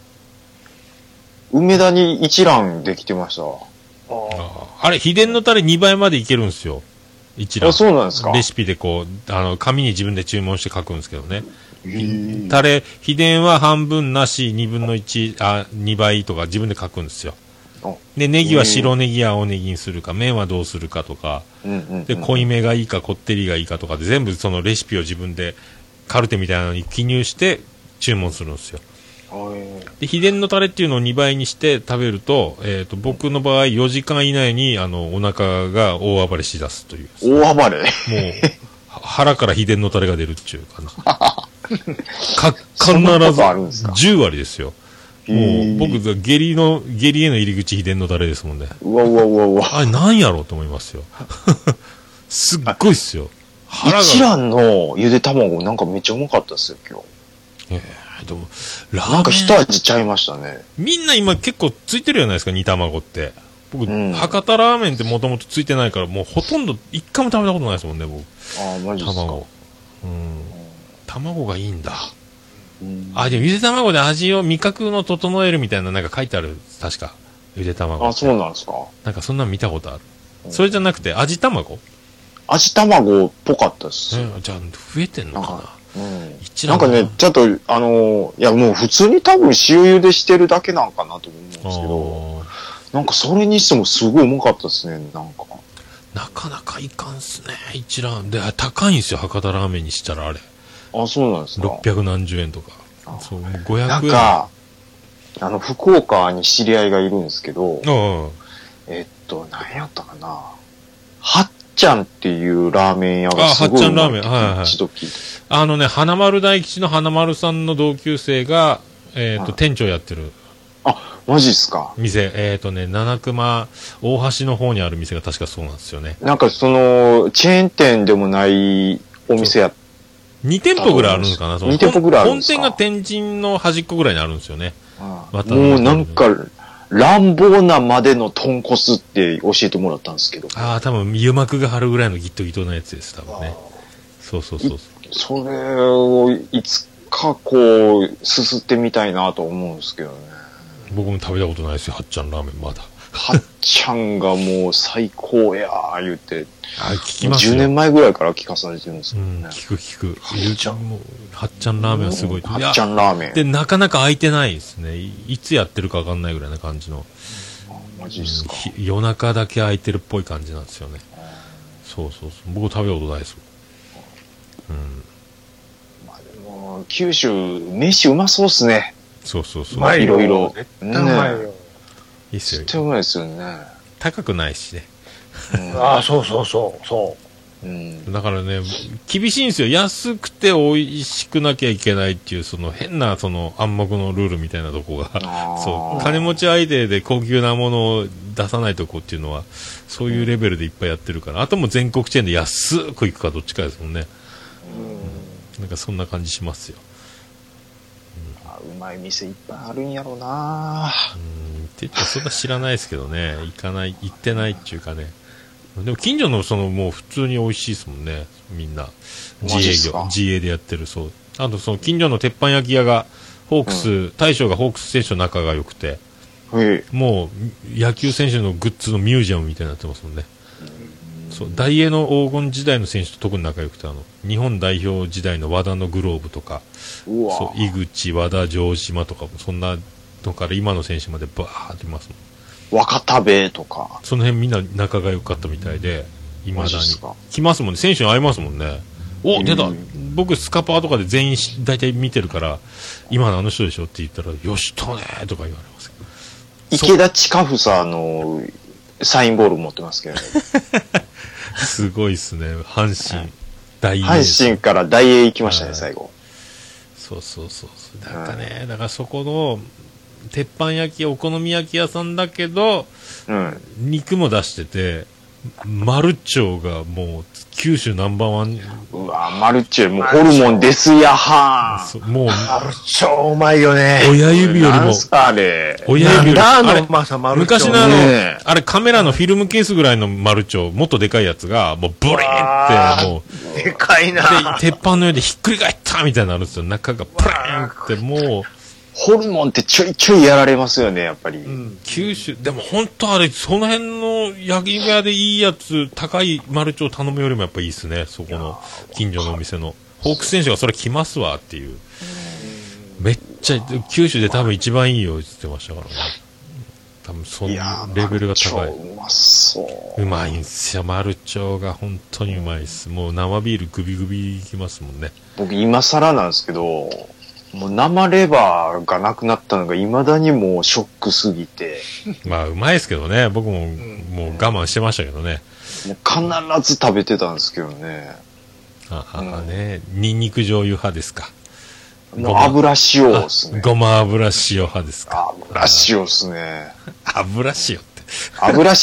C: 梅田に一覧できてまし
A: あ
B: あーあれ秘伝のタレ2倍までいけるんですよ一
C: た。
B: 覧
C: あ、そうなんですか
B: レシピでこう、あの、紙に自分で注文して書くんですけどね。
C: へー
B: タレ、秘伝は半分なし、二分の一、あ、二倍とか自分で書くんですよ
C: お。
B: で、ネギは白ネギや青ネギにするか、麺はどうするかとか、
C: うんうんうん
B: で、濃いめがいいか、こってりがいいかとかで、全部そのレシピを自分で、カルテみたいなのに記入して注文するんですよ。
C: はい
B: で、秘伝のタレっていうのを2倍にして食べると、えっ、と、僕の場合4時間以内に、あの、お腹が大暴れしだすという。
C: 大暴れ。
B: も う、は腹から秘伝のタレが出るっちゅうかな。か、必ず
C: そんなことあるんですか
B: 10割ですよ。もう、僕、下痢の、下痢への入り口秘伝のタレですもんね。
C: うわうわうわうわ。
B: あれ、なんやろうと思い ますよ。すっごいっすよ。腹
C: 一
B: が。
C: 蘭のゆで卵なんかめっちゃうまかったですよ、今日。
B: えーでもラ
C: なんか
B: ーメ
C: 一
B: ン、
C: 味ちゃいましたね。
B: みんな今結構ついてるじゃないですか、煮卵って。僕、
C: うん
B: 博多ラーメンってもともとついてないから、もうほとんど一回も食べたことないですもんね、僕。
C: あー、マジですか。
B: 卵。うん。卵がいいんだ。
C: うん
B: あ、でもゆで卵で味を味覚の整えるみたいななんか書いてある、確か。ゆで卵。
C: あ、そうなんですか。
B: なんかそんなん見たことある。それじゃなくて、味卵、
C: 味卵っぽかったです。
B: えじゃあ、増えてんのか
C: なん
B: な
C: かうん
B: 一
C: な
B: 覧
C: んかね、ちょっと、あのーいや、もう普通に多分塩茹でしてるだけなんかなと思うんですけ
B: あ
C: ど、
B: ー
C: なんかそれにしてもすごいうまかったですね、なんか。
B: なかなかいかんっすね。一覧。で、あ高いんですよ、博多ラーメンにしたらあれ。
C: あ、そうなんですか。
B: 600何十円とか
C: あ。
B: そう、もう500円。
C: なんか、あの、福岡に知り合いがいるんですけど、
B: うんうん。
C: えっと、何やったかな。はっちゃんっていうラーメン屋が
B: あ
C: すごい
B: はっちゃんラーメン
C: うまいって
B: はいはい
C: 一度聞いた
B: あのね、花丸大吉の花丸さんの同級生が、えっ、と、
C: うん
B: 店長やってる
C: マジっすか。
B: 店、えっ、とね、七熊大橋の方にある店が確かそうなんですよね。
C: なんかその、チェーン店でもないお店やっ
B: 2店舗ぐらいあるのかな、その
C: 二店舗ぐらいあるんですか
B: 本店が天神の端っこぐらいにあるんですよね。
C: も
B: 渡辺
C: うなんか、乱暴なまでの豚骨って教えてもらったんですけど、
B: ああ、多分、油膜が張るぐらいのギットギトなやつです、多分ね
A: あ。
B: そうそうそうそ
C: それをいつかこう、すすってみたいなと思うんですけどね。
B: う。僕も食べたことないですよ、はっちゃんラーメン、まだ。
C: はっちゃんがもう最高やー言って、
B: あー聞きますよ。
C: 10年前ぐらいから聞かされてるんです
B: う
C: よ
B: ん、
C: ね。
B: 聞く聞く。
A: はっちゃん
B: もうはっちゃんラーメンはすごい。
C: はっちゃんラーメン。
B: で、なかなか空いてないですね。いいつやってるかわかんないぐらいな感じの。
C: マジっすか。
B: うん夜中だけ空いてるっぽい感じなんですよね。そうそうそう。僕食べたことないです。うん。
C: まあでも、九州、飯うまそうっすね。
B: そうそうそうう。
A: まいよ。
C: いろいろ
A: 絶対うまいよ。
B: いいっす
C: 絶
B: よ。
C: 対うまいですよね。
B: 高くないしね。
C: うん
A: ああ、そうそうそう、そう。
C: うん
B: だからね、厳しいんですよ。安くて美味しくなきゃいけないっていう、その変な、その暗黙のルールみたいなとこが。
C: あー
B: そう。金持ちアイデアで高級なものを出さないとこっていうのは、そういうレベルでいっぱいやってるから。あともう全国チェーンで安く行くかどっちかですもんね。なんかそんな感じしますよ。
C: あうまい店いっぱいあるんやろな
B: うんって言ってそんな知らないですけどね、行かない、行ってないっていうかね。でも近所のそのもう普通に美味しいですもんね、みんな。
C: マジっす
B: GA
C: か
B: 業、GA でやってる、そう。あとその近所の鉄板焼き屋が、ホークス、大将がホークス選手と仲が良くて、
C: へ
B: もう野球選手のグッズのミュージアムみたいになってますもんね。そう、大英の黄金時代の選手と特に仲良くて、あの、日本代表時代の和田のグローブとか、
C: えうわ
B: そう井口、和田、城島とかもそんなのから今の選手までバーっていますもん
C: 若田部とか。
B: その辺みんな仲が良かったみたいでいま
C: マジ
B: だ
C: っ
B: に
C: すか
B: 来ますもんね選手に会いますもんねお出た、
C: う
B: 僕スカパーとかで全員し大体見てるから今のあの人でしょって言ったら「よしとね」とか言われます
C: 池田近房のサインボール持ってますけど、
B: すごいっすね阪神大英
C: 阪神から大英行きました
B: は
C: ね、
B: い
C: 最後。
B: そうそうそうそうだからねだからそこの鉄板焼きお好み焼き屋さんだけど
C: うん。
B: 肉も出してて、マルチョウがもう九州ナンバーワン、
C: うわマルチェ、もうホルモンですやは
B: そもう
A: マルチョうまいよね。
B: 親
C: ーん。
B: 指より
C: な
B: も
C: ん、すかあれ。
B: 親指よりも、
A: なんだ
B: あ
A: あ
B: れ
A: の、まさ、マルチョ
B: 昔のあ
A: ね
B: の
C: ねえ、
B: あれカメラのフィルムケースぐらいのマルチョウ、もっとでかいやつが、もうブリーンって、もう、
A: でかいな。
B: で鉄板の上でひっくり返ったみたいになるんですよ。中がプリーンって、もう、
C: ホルモンってちょいちょいやられますよね、やっぱり。
A: うん。
B: 九州、でも本当あれ、その辺の焼き屋でいいやつ、高いマルチョウ頼むよりもやっぱいいですね、そこの、近所のお店の。ホークス選手がそれ来ますわっていう。めっちゃ、九州で多分一番いいよって言ってましたからね。多分そ
C: い
B: の
C: やー
B: レベルが
C: マ
B: 高
C: ル
B: い
C: チ。ョうまそう。
B: うまいんすよ、マルチョウが本当にうまいです。もう生ビールグビグビいきますもん ね。
C: 僕今更なんですけど、もう生レバーがなくなったのが未だにもうショックすぎて、
B: まあうまいですけどね、僕ももう我慢してましたけどね。
C: もう必ず食べてたんですけどね。
B: あああ
C: うん
B: ね、ニンニク醤油派ですか。
C: もう油塩ですね。
B: ごま油塩派ですか。
C: 油塩ですね。
B: 油塩って。
C: 油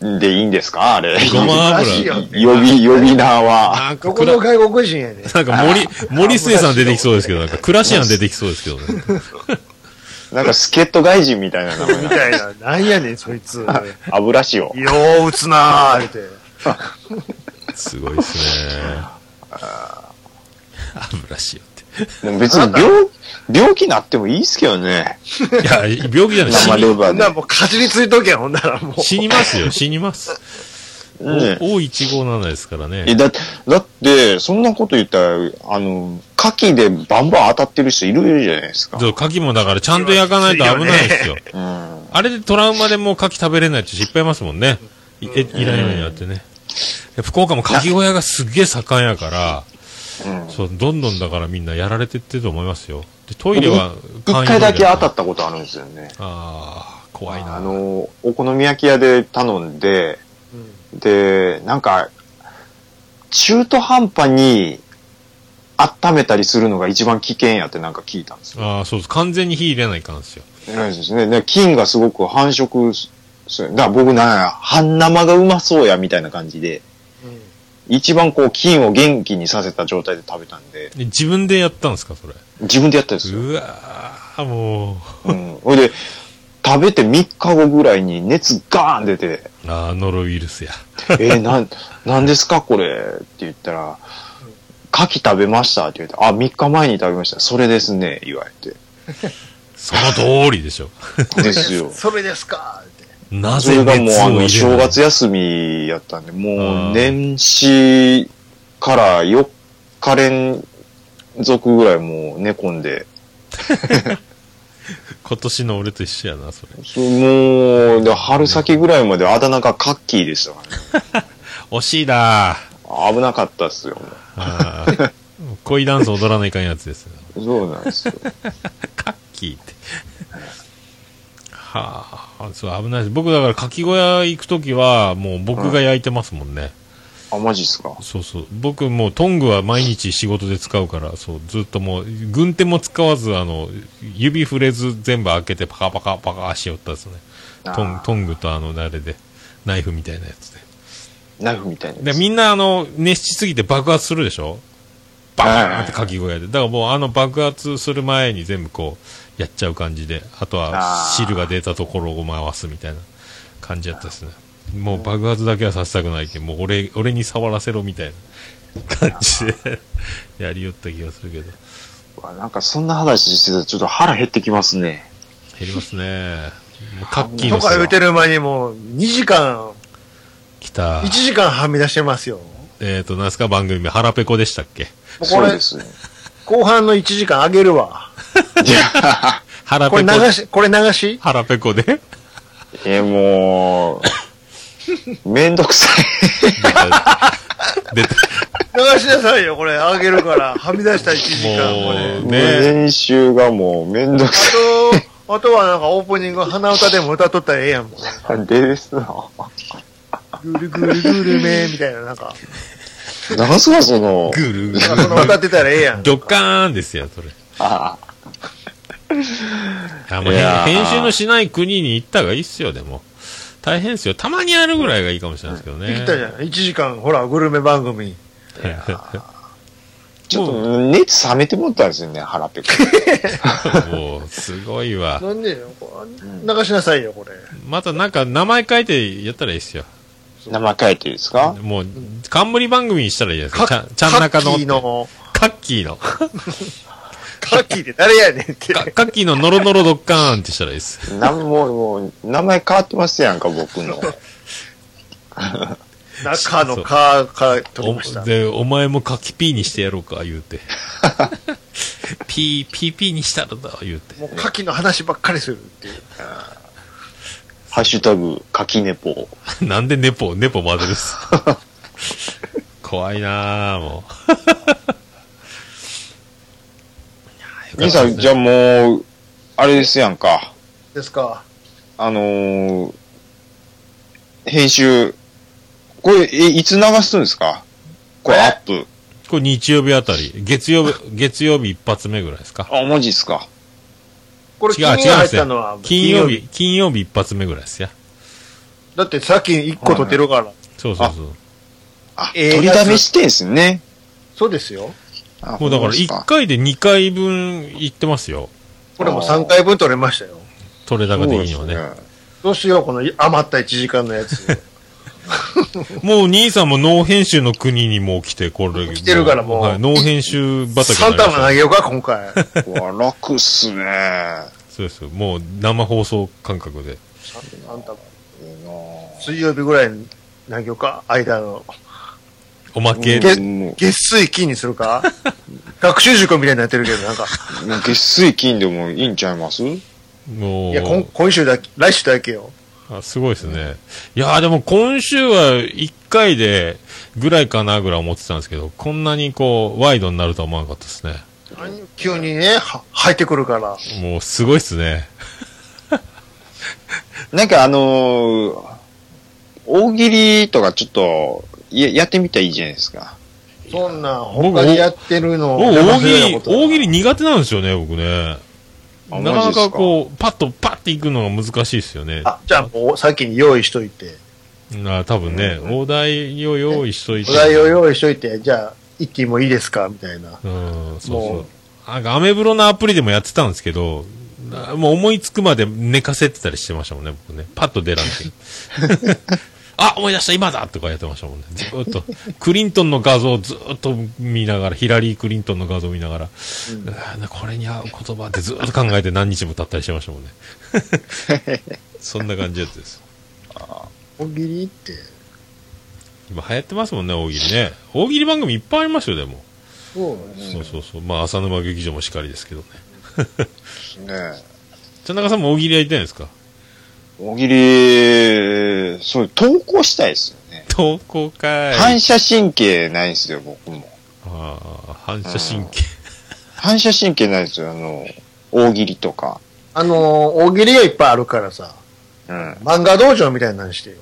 C: 塩でいいんですかあれ。
B: ごま
A: おかしい
B: 油。
A: よ
C: 呼び、呼び名は。
B: なんか
A: どこ
B: く
A: の
B: ら、
A: 外国人やね。
B: なんか森、森末さん出てきそうですけど、なんかクラシアン出てきそうですけどね。
C: なんか助っ人外人みたいな名前
A: み
C: な。
A: たい な。なんやねん、そいつ。よ
C: 油塩。
A: う打つなーって。
B: すごいですね。油塩っ
C: でも別に病、病気なってもいいっすけどね。
B: て。いや、病気じゃない。死
C: 生レ
B: に
A: ほ
C: バ
A: んなら
C: ー
A: もうかじりついとけよ、ほんならもう。
B: 死にますよ、死にます。
C: で。ね
B: O157 ですからね
C: え。だだって、そんなこと言ったら、あの、牡蠣でバンバン当たってる人いるじゃないですか。
B: そう、牡蠣もだからちゃんと焼かないと危ないですよ。
C: うん。
B: あれでトラウマでもう牡蠣食べれないって失敗いますもんね。いえイライラになってね。で福岡も牡蠣小屋がすっげえ盛んやから、そう、どんどんだからみんなやられてってると思いますよ。で、トイレは
C: 一回だけ当た
B: た。
C: ったことあるんですよね。
B: ああ、怖いな。
C: あの、お好み焼き屋で頼んで、
A: うん
C: で、なんか、中途半端に温めたりするのが一番危険やってなんか聞いたんですよ。
B: ああ、そうです。完全に火入れないかんですよ。
C: そうですね。で菌がすごく繁殖すする。だから僕なんや、半生がうまそうやみたいな感じで、
A: うん
C: 一番こう菌を元気にさせた状態で食べたんで、
B: で自分でやったんですか、それ。
C: 自分でやったんですよ。
B: うわーもう。
C: うん。ほいで、食べて3日後ぐらいに熱ガーン出て、
B: ああ、ノロウイルスや。
C: えー、なん、なんですかこれって言ったら、牡蠣食べましたって言って、あ、3日前に食べました。それですね、言われて。
B: その通りで しょ。
C: で すよ。
A: それですかって。
B: な
C: そ
B: ぜ
C: れが
B: 熱
C: もうあ
B: を入れない
C: の、正月休みやったんで、も
B: あー
C: う年始から4日連続ぐらいもう寝込んで、
B: 今年の俺と一緒やな、それ。
C: もう、で春先ぐらいまであだ名がカッキーでしたからね。
B: 惜しいだー。
C: 危なかったっすよ。も
B: あ ー恋ダンス踊らないかんやつですよ。
C: うそうなんですよ。
B: カッキーって。はあ、そう、危ないです。僕だから、牡蠣小屋行くときは、もう僕が焼いてますもんね。
C: あ、マジっすか
B: そうそう。僕もうトングは毎日仕事で使うから、そう、ずっともう、軍手も使わず、あの、指触れず全部開けてパカパカパカしよったですね。トン
C: あー
B: トングとあの、慣れで、ナイフみたいなやつで。
C: ナイフみたいな
B: で、
C: やつ。
B: みんなあの、熱しすぎて爆発するでしょバーンって
C: は
B: かき小屋で。だからもうあの爆発する前に全部こう、やっちゃう感じで、あとは
C: あー
B: 汁が出たところを回すみたいな感じだったですね。もう爆発だけはさせたくないけど、もう俺、俺に触らせろみたいな感 じでやりよった気がするけど。
C: うわなんかそんな話してたらちょっと腹減ってきますね。
B: 減りますね。もうカッキー
A: と
B: の
A: か
B: さ
A: 言うてる間にもう2時間、
B: 来た
A: 1、時間はみ出してますよ。
B: えっ、と、なんですか番組名、腹ペコでしたっけ
A: もうこ
C: そう
A: れ
C: で、すね。
A: 後半の1時間あげるわ。
C: いや、
B: 腹
A: こ
B: ペ
A: れ
B: コ
A: 流。し、これ流し
B: 腹 ペコで
C: えー、もう、めんどくさい。
B: 出た。
A: 流しなさいよ、これ。あげる から。はみ出した1時間、これ
B: も。うね、
C: 練習がもうめんどくさ
A: あと、あとはなんかオープニング、鼻歌でも歌っとったらええやん。もう
C: いんですな。
A: ぐるぐるぐるめみたいな、なんか。
C: なんすか、その、
B: ぐるぐる
A: なんかその歌ってたらええや ん。
B: ドカーンですよ、それ。
C: あ
B: あもう
C: いやー
B: 編集のしない国に行った方がいいっすよ、でも。大変っすよ。たまにやるぐらいがいいかもしれないですけどね。
A: できたじゃん。1時間、ほら、グルメ番組。
C: ちょっと熱冷めてもったんですよね、腹ペコ。
B: もう、すごいわ。
A: なんでよ、これ流しなさいよ、これ。
B: またなんか名前書いてやったらいいっすよ。
C: 生書いてですか
B: もう、冠番組にしたらいいじゃないですか。ちゃん、ちゃん
A: カ
B: 中
A: ッキー
B: の。
A: の、
B: カッキーの。カ
A: カッキーって誰やねん って。
B: カッキーのノロノロドッカーンってしたらいい っす。
C: なもう、もう、名前変わってますやんか、僕の。
A: 中のカーから取りました
B: お。で、お前もカキピーにしてやろうか、言 うて。ピー、ピーピーにしたらだ、言うて。
A: もう牡蠣の話ばっかりするっていう。
C: ハッシュタグ、かきねぽ。
B: なんでネポ、ネポ混ぜるっす。 怖いなぁ、もう。
C: 兄さん、じゃあもう、あれですやんか。
A: ですか。
C: あのー、編集、これ、え、いつ流すんですかこれ
A: え
C: アップ。
B: これ日曜日あたり、月曜日、月曜日一発目ぐらいですか。
C: あ、マジっすか。
A: これ、
B: 違
A: 金曜
B: う、違
A: 日
B: うんで
A: 入っ
B: すね
A: たのは。
B: 金曜日、金曜日一発目ぐらいですよ。
A: だってさっき1個取ってるから。
B: そうそうそう。
C: あ、
A: えー
C: 取りだめしてんすね。
A: そうですよ。
C: あ
B: もうだから一。
C: ほんまっ
B: 回で二回分行ってますよ。
A: これも3回分取れましたよ。
B: 取れ
C: すか
B: 高的にはね。
C: そうです
A: どうしよう、この余った1時間のや つ。
B: もう兄さんもノー編集の国にもう来て、これ。
A: 来てるからもう
B: はい、ノー編集畑
A: 3
B: になりました
A: 玉投げようか、今回。
C: うわ、楽っすね。いいな
B: そうですよ。もう生放送感覚で。
A: 3玉。
C: ぁ
A: 水曜日ぐらいに投げようか、間の。
B: おまけ。
A: げ
C: もう
A: 月水金にする か学習塾みたいになってるけど、なんか。
C: もう月水金でもいいんちゃいます
B: もう。
A: いや、今今週だけ、来週だけよ。
B: あすごいですね。いやーでも今週は1回でぐらいかなぐらい思ってたんですけど、こんなにこう、ワイドになるとは思わなかったですね。
A: 急にね、は入ってくるから。
B: もうすごいっすね。
C: なんかあのー大喜利とかちょっと、や、やってみたらいいじゃないですか。
A: そんな、他にやってるの
B: 僕
A: 邪魔
B: 大
A: す
B: 喜
A: るよう
B: 利
A: な、ことだ
B: 大喜利苦手なんですよね、僕ね。
C: あ
B: なか
C: マ
B: な
C: ジで
B: か
C: す
B: こう、パッとパッていくのが難しいですよね。
A: あ、じゃあもう先に用意しといて。
B: あ多分ね、お題を用意しといて。
A: お題を用意しといて、じゃあ、一気にもいいですかみたいな。
B: うん、そう
A: も
B: そうう。なんかアメブロのアプリでもやってたんですけど、なもう思いつくまで寝かせてたりしてましたもんね、僕ね。パッと出らんけど。 あ、思い出した、今だとかやってましたもんね。ずーっと。クリントンの画像をずーっと見ながら、ヒラリー・クリントンの画像を見ながら、うわなこれに合う言葉ってずーっと考えて何日も経ったりしてましたも んね。そんな感じのやつです。
A: 大喜利って。
B: 今流行ってますもんね、大喜利ね。大喜利番組いっぱいありますよ、でも。
A: そう
B: そうそうそう。まあ、浅沼劇場もしっかりですけどね。
C: ね
B: 田中さんも大喜利やりたいんですか
C: 大喜利、そう、投稿したいですよね。
B: 投稿かい。
C: 反射神経ないんですよ、僕も。
B: ああ、反射神経。
C: 反射神経ないですよ、あの、大喜利とか。
A: あのー、大喜利がいっぱいあるからさ、
C: うん。
A: 漫画道場みたいなのしてよ。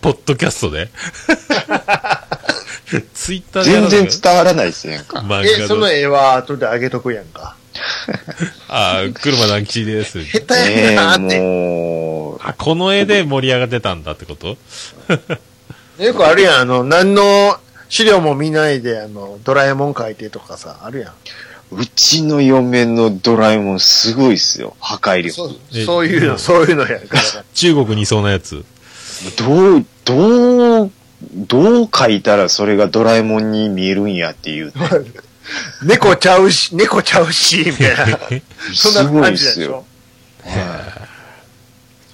B: ポッドキャストで。ツイッターでやら
C: 全
B: な
C: 然
B: い
C: 伝わらないですね。
B: 漫画
A: え、その
B: の。
A: 絵は後であげとくやんか。
B: ああ、車団吉です。
A: 下手
C: ね
A: や
C: え、
A: なーって。
C: もう、
B: あ、この絵で盛り上がってたんだってこと
A: よくあるやん、あの、何の資料も見ないで、あの、ドラえもん描いてとかさ、あるやん。
C: うちの嫁のドラえもんすごいっすよ。破壊
A: そ
C: 力。
A: うそういうの、そういうのやから。
B: 中国にいそうなやつ。
C: どう、どう、どう書いたらそれがドラえもんに見えるんやっていうね。
A: 猫ちゃうし、猫ちゃうし、みたい な。 そ
C: す
A: んな
C: ごい
A: 感
C: っ
A: じなん
C: す
A: でし
C: よ
A: ょ。。
C: はい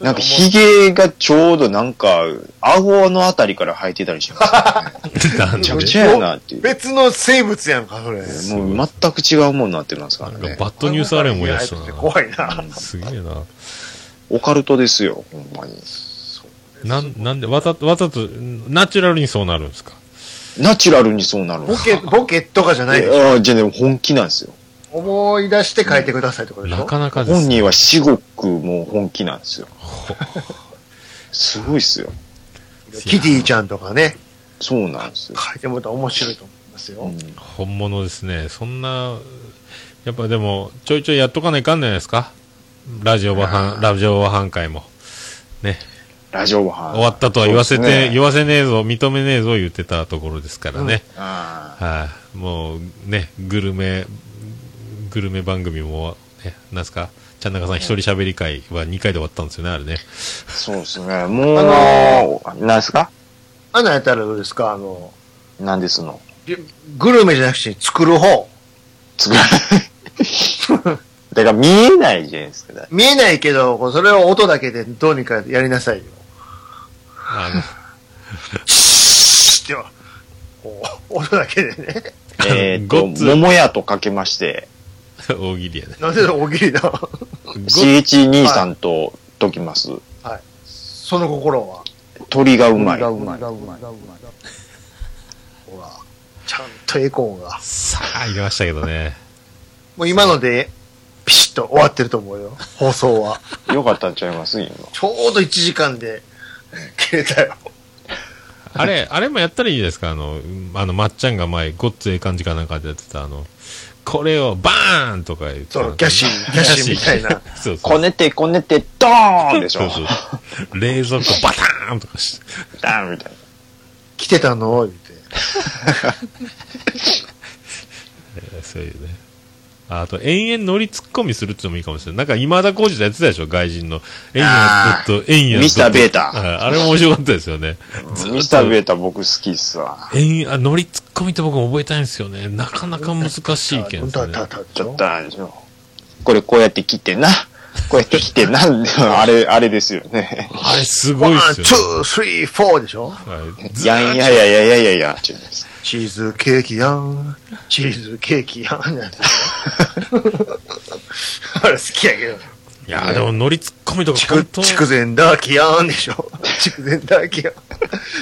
C: なんかヒゲがちょうどなんか、顎のあたりから生えてたりします、ね。
B: なん
C: めち
B: で
C: ゃくちゃやなっていう。
A: 別の生物やんか、それ。
C: もう全く違うものになってますから
B: なん
C: ね。
B: かバッドニュースあれもやしたな。
A: 怖いな。
B: すげえな。
C: オカルトですよ、ほんまに。
B: なん、なんで、わざわざと、ナチュラルにそうなるんですか
C: ナチュラルにそうなるんで
A: ボ
C: す
A: ケ、ボケとかじゃないでしょ。
C: ああ、じゃあでも本気なんですよ。
A: 思い出して書いてくださいってことでし
B: な
A: ょ
B: かなかです。
C: 本人は至極もう本気な んですよ。すごいっすよ。
A: キティちゃんとかね、
C: そうなんですよ。
A: 書いてもらったら面白いと思います
C: う
A: よ
C: ん。
B: 本物ですね。そんな、やっぱでも、ちょいちょいやっとかないかんじゃないですかラジオ版
C: あ
B: ラジオ版会も。ね。
C: ラジオ版。
B: 終わったとは言わせて、
C: そうですね
B: 言わせねえぞ、認めねえぞ言ってたところですからね。
C: ああ
B: はい、もうね、グルメ、グルメ番組も、ね、なんすか、ちゃんなかさん一人喋り会は2回で終わったんですよね、あれね。
C: そうですね。もう、
A: あの
C: なんですか
A: あんなんやったらどうですかあの、
C: なんですの。
A: グルメじゃなくて作る方。
C: つぐ だから見えないじゃないですか。
A: 見えないけど、こうそれを音だけでどうにかやりなさいよ。
B: あの
A: シーっては、こう、音だけでね。
C: えっと、
B: ごっつ
C: 桃屋とかけまして、
B: 大喜利やね。
A: なんで大喜利だ
C: CH 兄さんと解きます。
A: はい。その心は。
C: 鳥がうまい。
A: ほら、ちゃんとエコーが。
B: さあ、入れましたけどね。
A: もう今ので、ピシッと終わってると思うよ。放送は。
C: よかったんちゃいます今。
A: ちょうど1時間で、切れたよ。
B: あれ、あれもやったらいいですかあの、うんあの、まっちゃんが前、ごっつええ感じかなんかでやってた、あの、これをバーンとか言ってた
A: そう、ギャシー、ギャシーみたいな。。
B: そうそう。
C: こねてこねて、ドーンでし
B: そ
C: ょ
B: う。そうそう冷蔵庫バターンとかして。
C: ダーンみたい
A: 来てたの言って。
B: えーそういうね。ああと、延々乗り突っ込みするってのもいいかもしれない。なんか、今田耕司のやつでしょ、外人の。延々
C: あー
B: ドット、延々ドット。
C: ミスターベータ
B: はいあれも面白かったですよね。ず
C: な。ミスターベ
B: ー
C: ータ僕好きっすわ。
B: タ。延々、あ、乗り突っ込みって僕も覚えたいんですよね。なかなか難しいけ
A: う
B: んで
A: ん
B: す
A: た
B: ね。
A: たた
C: ちょっとあれでしょ。これこうやって切ってな。こうやって切ってな。 あれ、あれですよね。
B: あれすご
A: ワ
B: い
A: ン
B: っ、す
A: ツ
B: よね。
A: ー、スリー、フォーでしょ
B: はいず
C: やんやややややや。違います
A: チーズケーキやん。チーズケーキやん。 あれ好きやけど。
B: いやー、でも乗り突っ込みとか
A: 筑
B: 本当、
A: 筑前ダーキやんでしょ。筑前ダーキやん。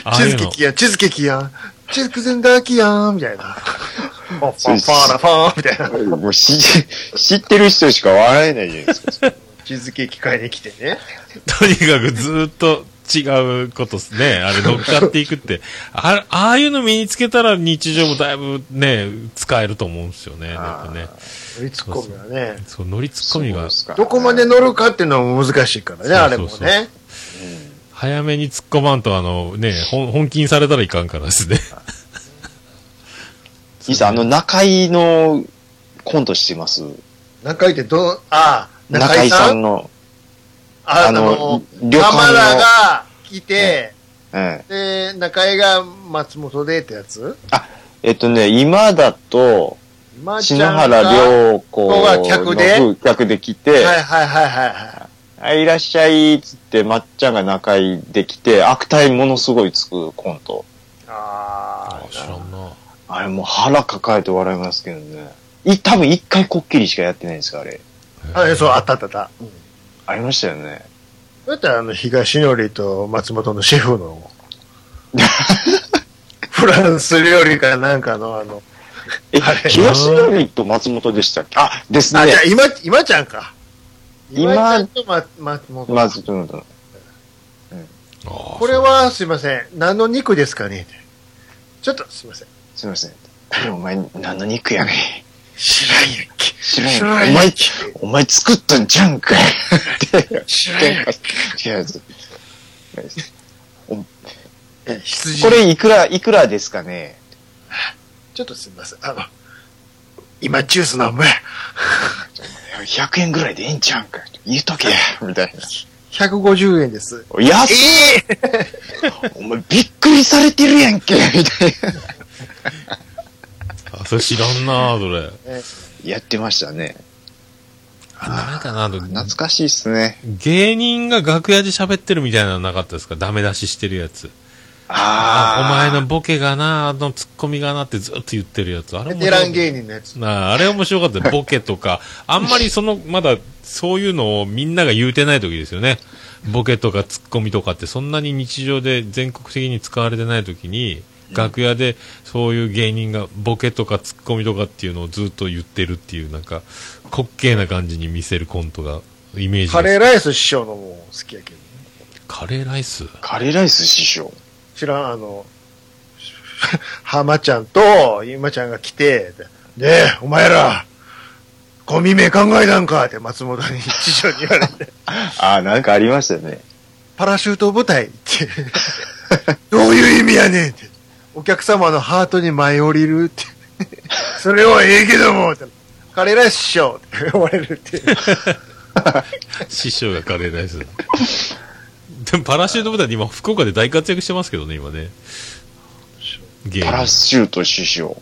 B: ああ
A: チ
B: い
A: ズ
B: う
A: ケ
B: の
A: キやん、チズケキやん。筑前ダーキやん、みたいな。ファ
C: そう
A: ンファーラファンみたいな。
C: もう知知ってる人しか笑えないじゃないですか。
A: チーズケーキ買いに来てね。
B: とにかくずーっと違うことですね。あれ乗っかっていくって。あああいうの身につけたら日常もだいぶね、使えると思うんですよね。なんかね。
A: 乗りツッコミはね。
B: そう、乗りツッコミが、
A: どこまで
C: の
A: 乗るかっていうのは難しいからね、あれも
B: そうそうそ
A: ね。
B: 早めに突っ込まんと、あの、ね、本本気にされたらいかんからですね。
C: いさん、あの、中井のコントしてます。
A: 中井ってどう、ああ、
C: 中井さんの。
A: あ
C: あの
A: の、
C: 旅館の
A: カマラが来て、
C: ええ
A: で、中井が松本でってやつ
C: えっとね、今だと、
A: 今ち
C: 篠
A: ゃん
C: 原
A: が
C: 涼子
A: 子が
C: の
A: 客で
C: 夫客で来
A: は
C: て、
A: いはいはいはいは
C: はい、いらっしゃいっつって、まっちゃんが仲居できて、悪態ものすごいつくコント。
A: い。あ
B: 知らんな。
C: あれもう腹抱えて笑いますけどね。い、多分一回こっきりしかやってないんですか、あれ。
A: あ。あれ、そう、あったあったあった。うん
C: ありましたよね。
A: だったら、あの、東のりと松本のシェフ の、フランス料理かなんかの、あの、
C: え
A: あれ、
C: 東成と松本でしたっけあ、ですね
A: あ、じ。ゃあ、今、今ちゃんか。
C: 今
A: 今ちゃんとま松本。
C: 松本。
B: こ
A: これ、は、すいません。何の肉ですかねちょっと、すいません。
C: すみません。お前、何の肉やねん。
A: 知らんやんけ。
C: 知らん
A: 知
C: や
A: らん
C: ん。
A: やん
C: お前、お前作ったんじゃうんかい。知らんやん。違うやつ。
A: 羊
C: これいくら、いくらですかね
A: ちょっとすみません。あの、今ジュースなんぼや。
C: 100円ぐらいでええんちゃうんか。言うとけ。みたいな。
A: 150円です。
C: 安い、お前びっくりされてるやんけ。みたいな。
B: あ、それ知らんなぁ、それ。
C: やってましたね。
B: あ、ダメだなぁ、
C: 懐かしいっすね。
B: 芸人が楽屋で喋ってるみたいなのなかったですかダメ出ししてるやつ。あ
C: ああ、
B: お前のボケがな、あのツッコミがなってずっと言ってるやつ。あれ
A: ベ
B: 面
A: テ
B: 白か
A: ラ
B: っ
A: ン芸人のやつ。
B: たなあ、あれ面白か ったよ。ボケとか。あんまりその、まだ、そういうのをみんなが言うてない時ですよね。ボケとかツッコミとかってそんなに日常で全国的に使われてない時に、楽屋でそういう芸人がボケとかツッコミとかっていうのをずっと言ってるっていう、なんか、滑稽な感じに見せるコントが、イメージが
A: カレーライス師匠のも好きやけど。
B: カレーライス
C: カレーライス師匠。
A: 知らん、あの、 ハマちゃんとゆまちゃんが来て、で、ねえ、お前ら、ゴミ名考えたんかって松本に師匠に言われて、
C: ああ、なんかありましたね。
A: パラシュート部隊って、どういう意味やねんって、お客様のハートに舞い降りるって、それはええけども、って彼ら師匠って呼ばれるって。
B: 師匠がカレーライス。でもパラシュート部隊で今、福岡で大活躍してますけどね、今ね。ゲ
C: パ
B: ー
C: ラ
B: ム。
C: シュート師匠。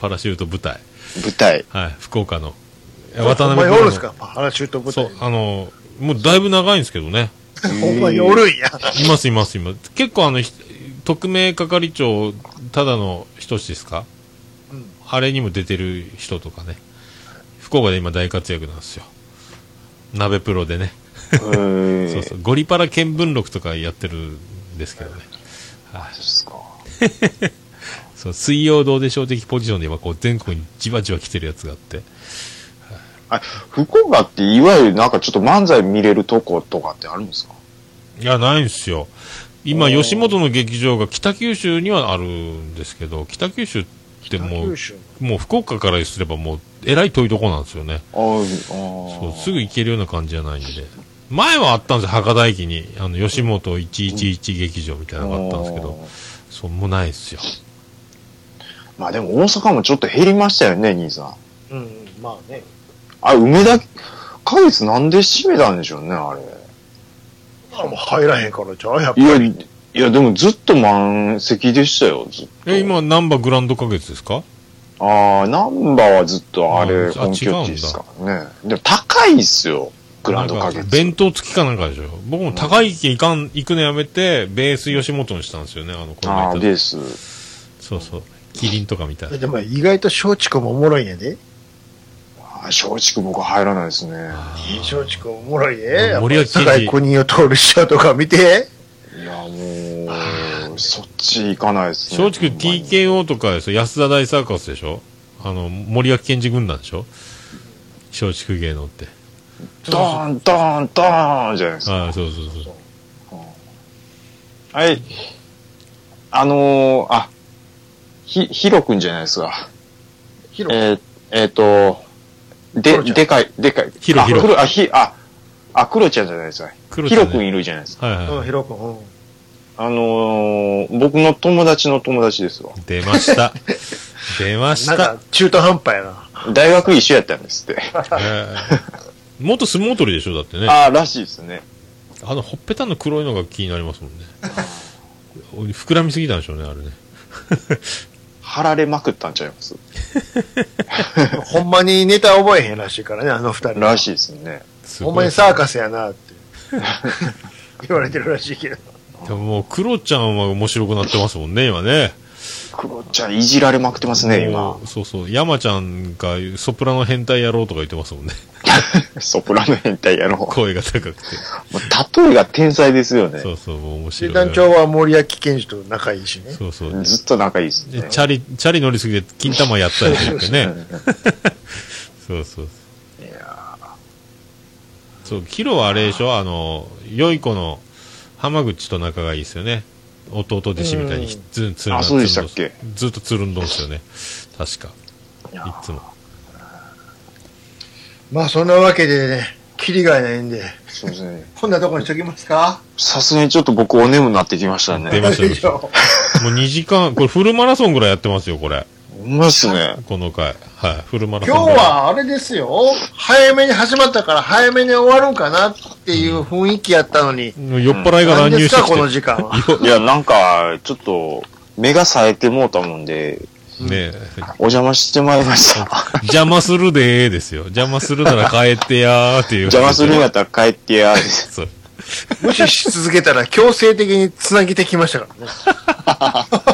B: パラシュート部隊。
C: 舞台。
B: はい、福岡の。え渡
A: お
B: 辺
A: 前
B: プ
A: おる
B: ロの
A: んすかパラシュート部
B: そ
A: 隊。
B: う、あの、もうだいぶ長いんですけどね。
A: お前おるんや。
B: います、います、います。結構あの、ひ特命係長、ただの人ですか
A: うん
B: あれにも出てる人とかね。福岡で今大活躍なんですよ。鍋プロでね。
C: うん。
B: そうそう。ゴリパラ見聞録とかやってるんですけどね。はい
C: そうっすか。
B: そう水曜どうでしょう的ポジションで今こう全国にじわじわ来てるやつがあって。
C: あ、福岡っていわゆるなんかちょっと漫才見れるとことかってあるんですか
B: いや、ないんですよ。今、
C: おー
B: 吉本の劇場が北九州にはあるんですけど、北九州っても
A: 北
B: う
A: 九、州
B: もう福岡からすればもう、えらい遠いとこなんですよね。
C: あーあ
B: そう、
C: ー。
B: すぐ行けるような感じじゃないんで。前はあったんですよ、博多駅に。あの、吉本111劇場みたいなのがあったんですけど、そう、もうないですよ。
C: まあでも大阪もちょっと減りましたよね、兄さん。
A: うんうん、まあね。
C: あ、梅田、花月なんで閉めたんでしょうね、あれ。
A: あもう入らへんからじゃあ、やっぱ
C: いや、
A: り。
C: いや、でもずっと満席でしたよ、ずっと。
B: え、。今、ナンバーグランド花月ですか
C: ああ、ナンバーはずっとあ
B: あ
C: れ、
B: あ
C: 本拠地ですからね。でも高いっすよ、グランド花
B: なん
C: 月。
B: か弁当付きかなんかでしょ。僕も高い駅行かん、行くのやめて、ベース吉本にしたんですよね、あの、この
C: ああ、
B: 間。
C: です。
B: そうそう。キリンとかみたいな。
A: でも意外と松竹もおもろいんやで。
C: あー松竹僕入らないですね。
A: 松竹おもろいで。
B: 森脇健児
A: 堺国を通る人とか見て。
C: いや、もう、そっち行かないですね。
B: 松竹
C: ほんまに
B: TKO とかですよ安田大サーカスでしょあの、森脇健児軍団でしょ松竹芸能って。
C: ドーン、ドーン、ドーンじゃないですか。
B: ああ、そうそうそう。
C: はい。あのー、あ、ひ、ヒロくんじゃないですか。
A: ヒロ、
C: えー、えーと、
A: ク
C: で、
A: ロちゃん
C: でかい、でかい。
B: ヒロ
C: あ
B: ヒロ
C: クロあ、ひ、あ、あ、クロちゃんじゃないですか。
B: 黒
C: ヒ
B: ちゃん
C: ロ
B: ね
C: くんいるじゃないですか。
B: はい
A: うん、
B: は
A: ヒロ君。うん
C: あのー、僕の友達の友達ですわ。
B: い。出ました。出まし
A: なん
B: た
A: か。中途半端やな。
C: 大学一緒やったんですって。
B: えー元相撲取りでしょだってね。
C: ああ、らしいですね。
B: あの、ほっぺたの黒いのが気になりますもんね。膨らみすぎたんでしょうね、あれね。
C: 貼られまくったんちゃいます
A: ほんまにネタ覚えへんらしいからね、あの二人。
C: らしいですね。
B: す
A: ほんまにサーカスやなって言われてるらしいけど。
B: でももう、クロちゃんは面白くなってますもんね、今ね。
C: クロちゃんいじられまくってますね、今
B: も。うそうそう。山ちゃんがソプラノ変態やろうとか言ってます もんね。
C: ソプラノ変態やろ。も
B: 声が高くて。
C: う例えが天才ですよね。
B: そうそう、もう面白
A: 集
B: い。
A: 団長は森脇健児と仲いいしね。
B: そうそう。
C: ずっと仲いいです
B: で
C: ね。
B: チャリ、チャリ乗りすぎて金玉やったりとかね。そうそう。
C: いや
B: そう、キロはあれでしょあの、良い子の浜口と仲がいいですよね。弟弟子みたいにひ
A: うん
B: ずつるん
C: あそうでしたっけ
B: ずっとつるんどんですよね。確か。
C: いや
B: いつも。
A: まあそんなわけでね、キリがないんで、
C: そうですね。
A: こんなとこにしときますか。
C: さすがにちょっと僕お眠になってきましたね。
B: 出ました
A: 以上
B: もう2時間、これフルマラソンぐらいやってますよ、これ。
C: ほんまっすね。
B: この回。はい。フルマラ ソ
A: 今
B: ン
A: 日
B: ぐらい。
A: はあれですよ。早めに始まったから早めに終わるんかなっていう雰囲気やったのに。
B: うん酔っ払いが
A: 何
B: 乱
A: です
B: 入して
A: か、
B: き
A: こ
B: て。
A: の時間は。
C: いや、なんか、ちょっと、目が冴えてもうたもんで、
B: ねえ
C: お邪魔してまいりました。
B: 邪魔するでーですよ。邪魔するなら帰ってやーっていう。
C: 邪魔するんやったら帰ってや。
B: そう。
A: 無視し続けたら強制的に繋げてきましたからね。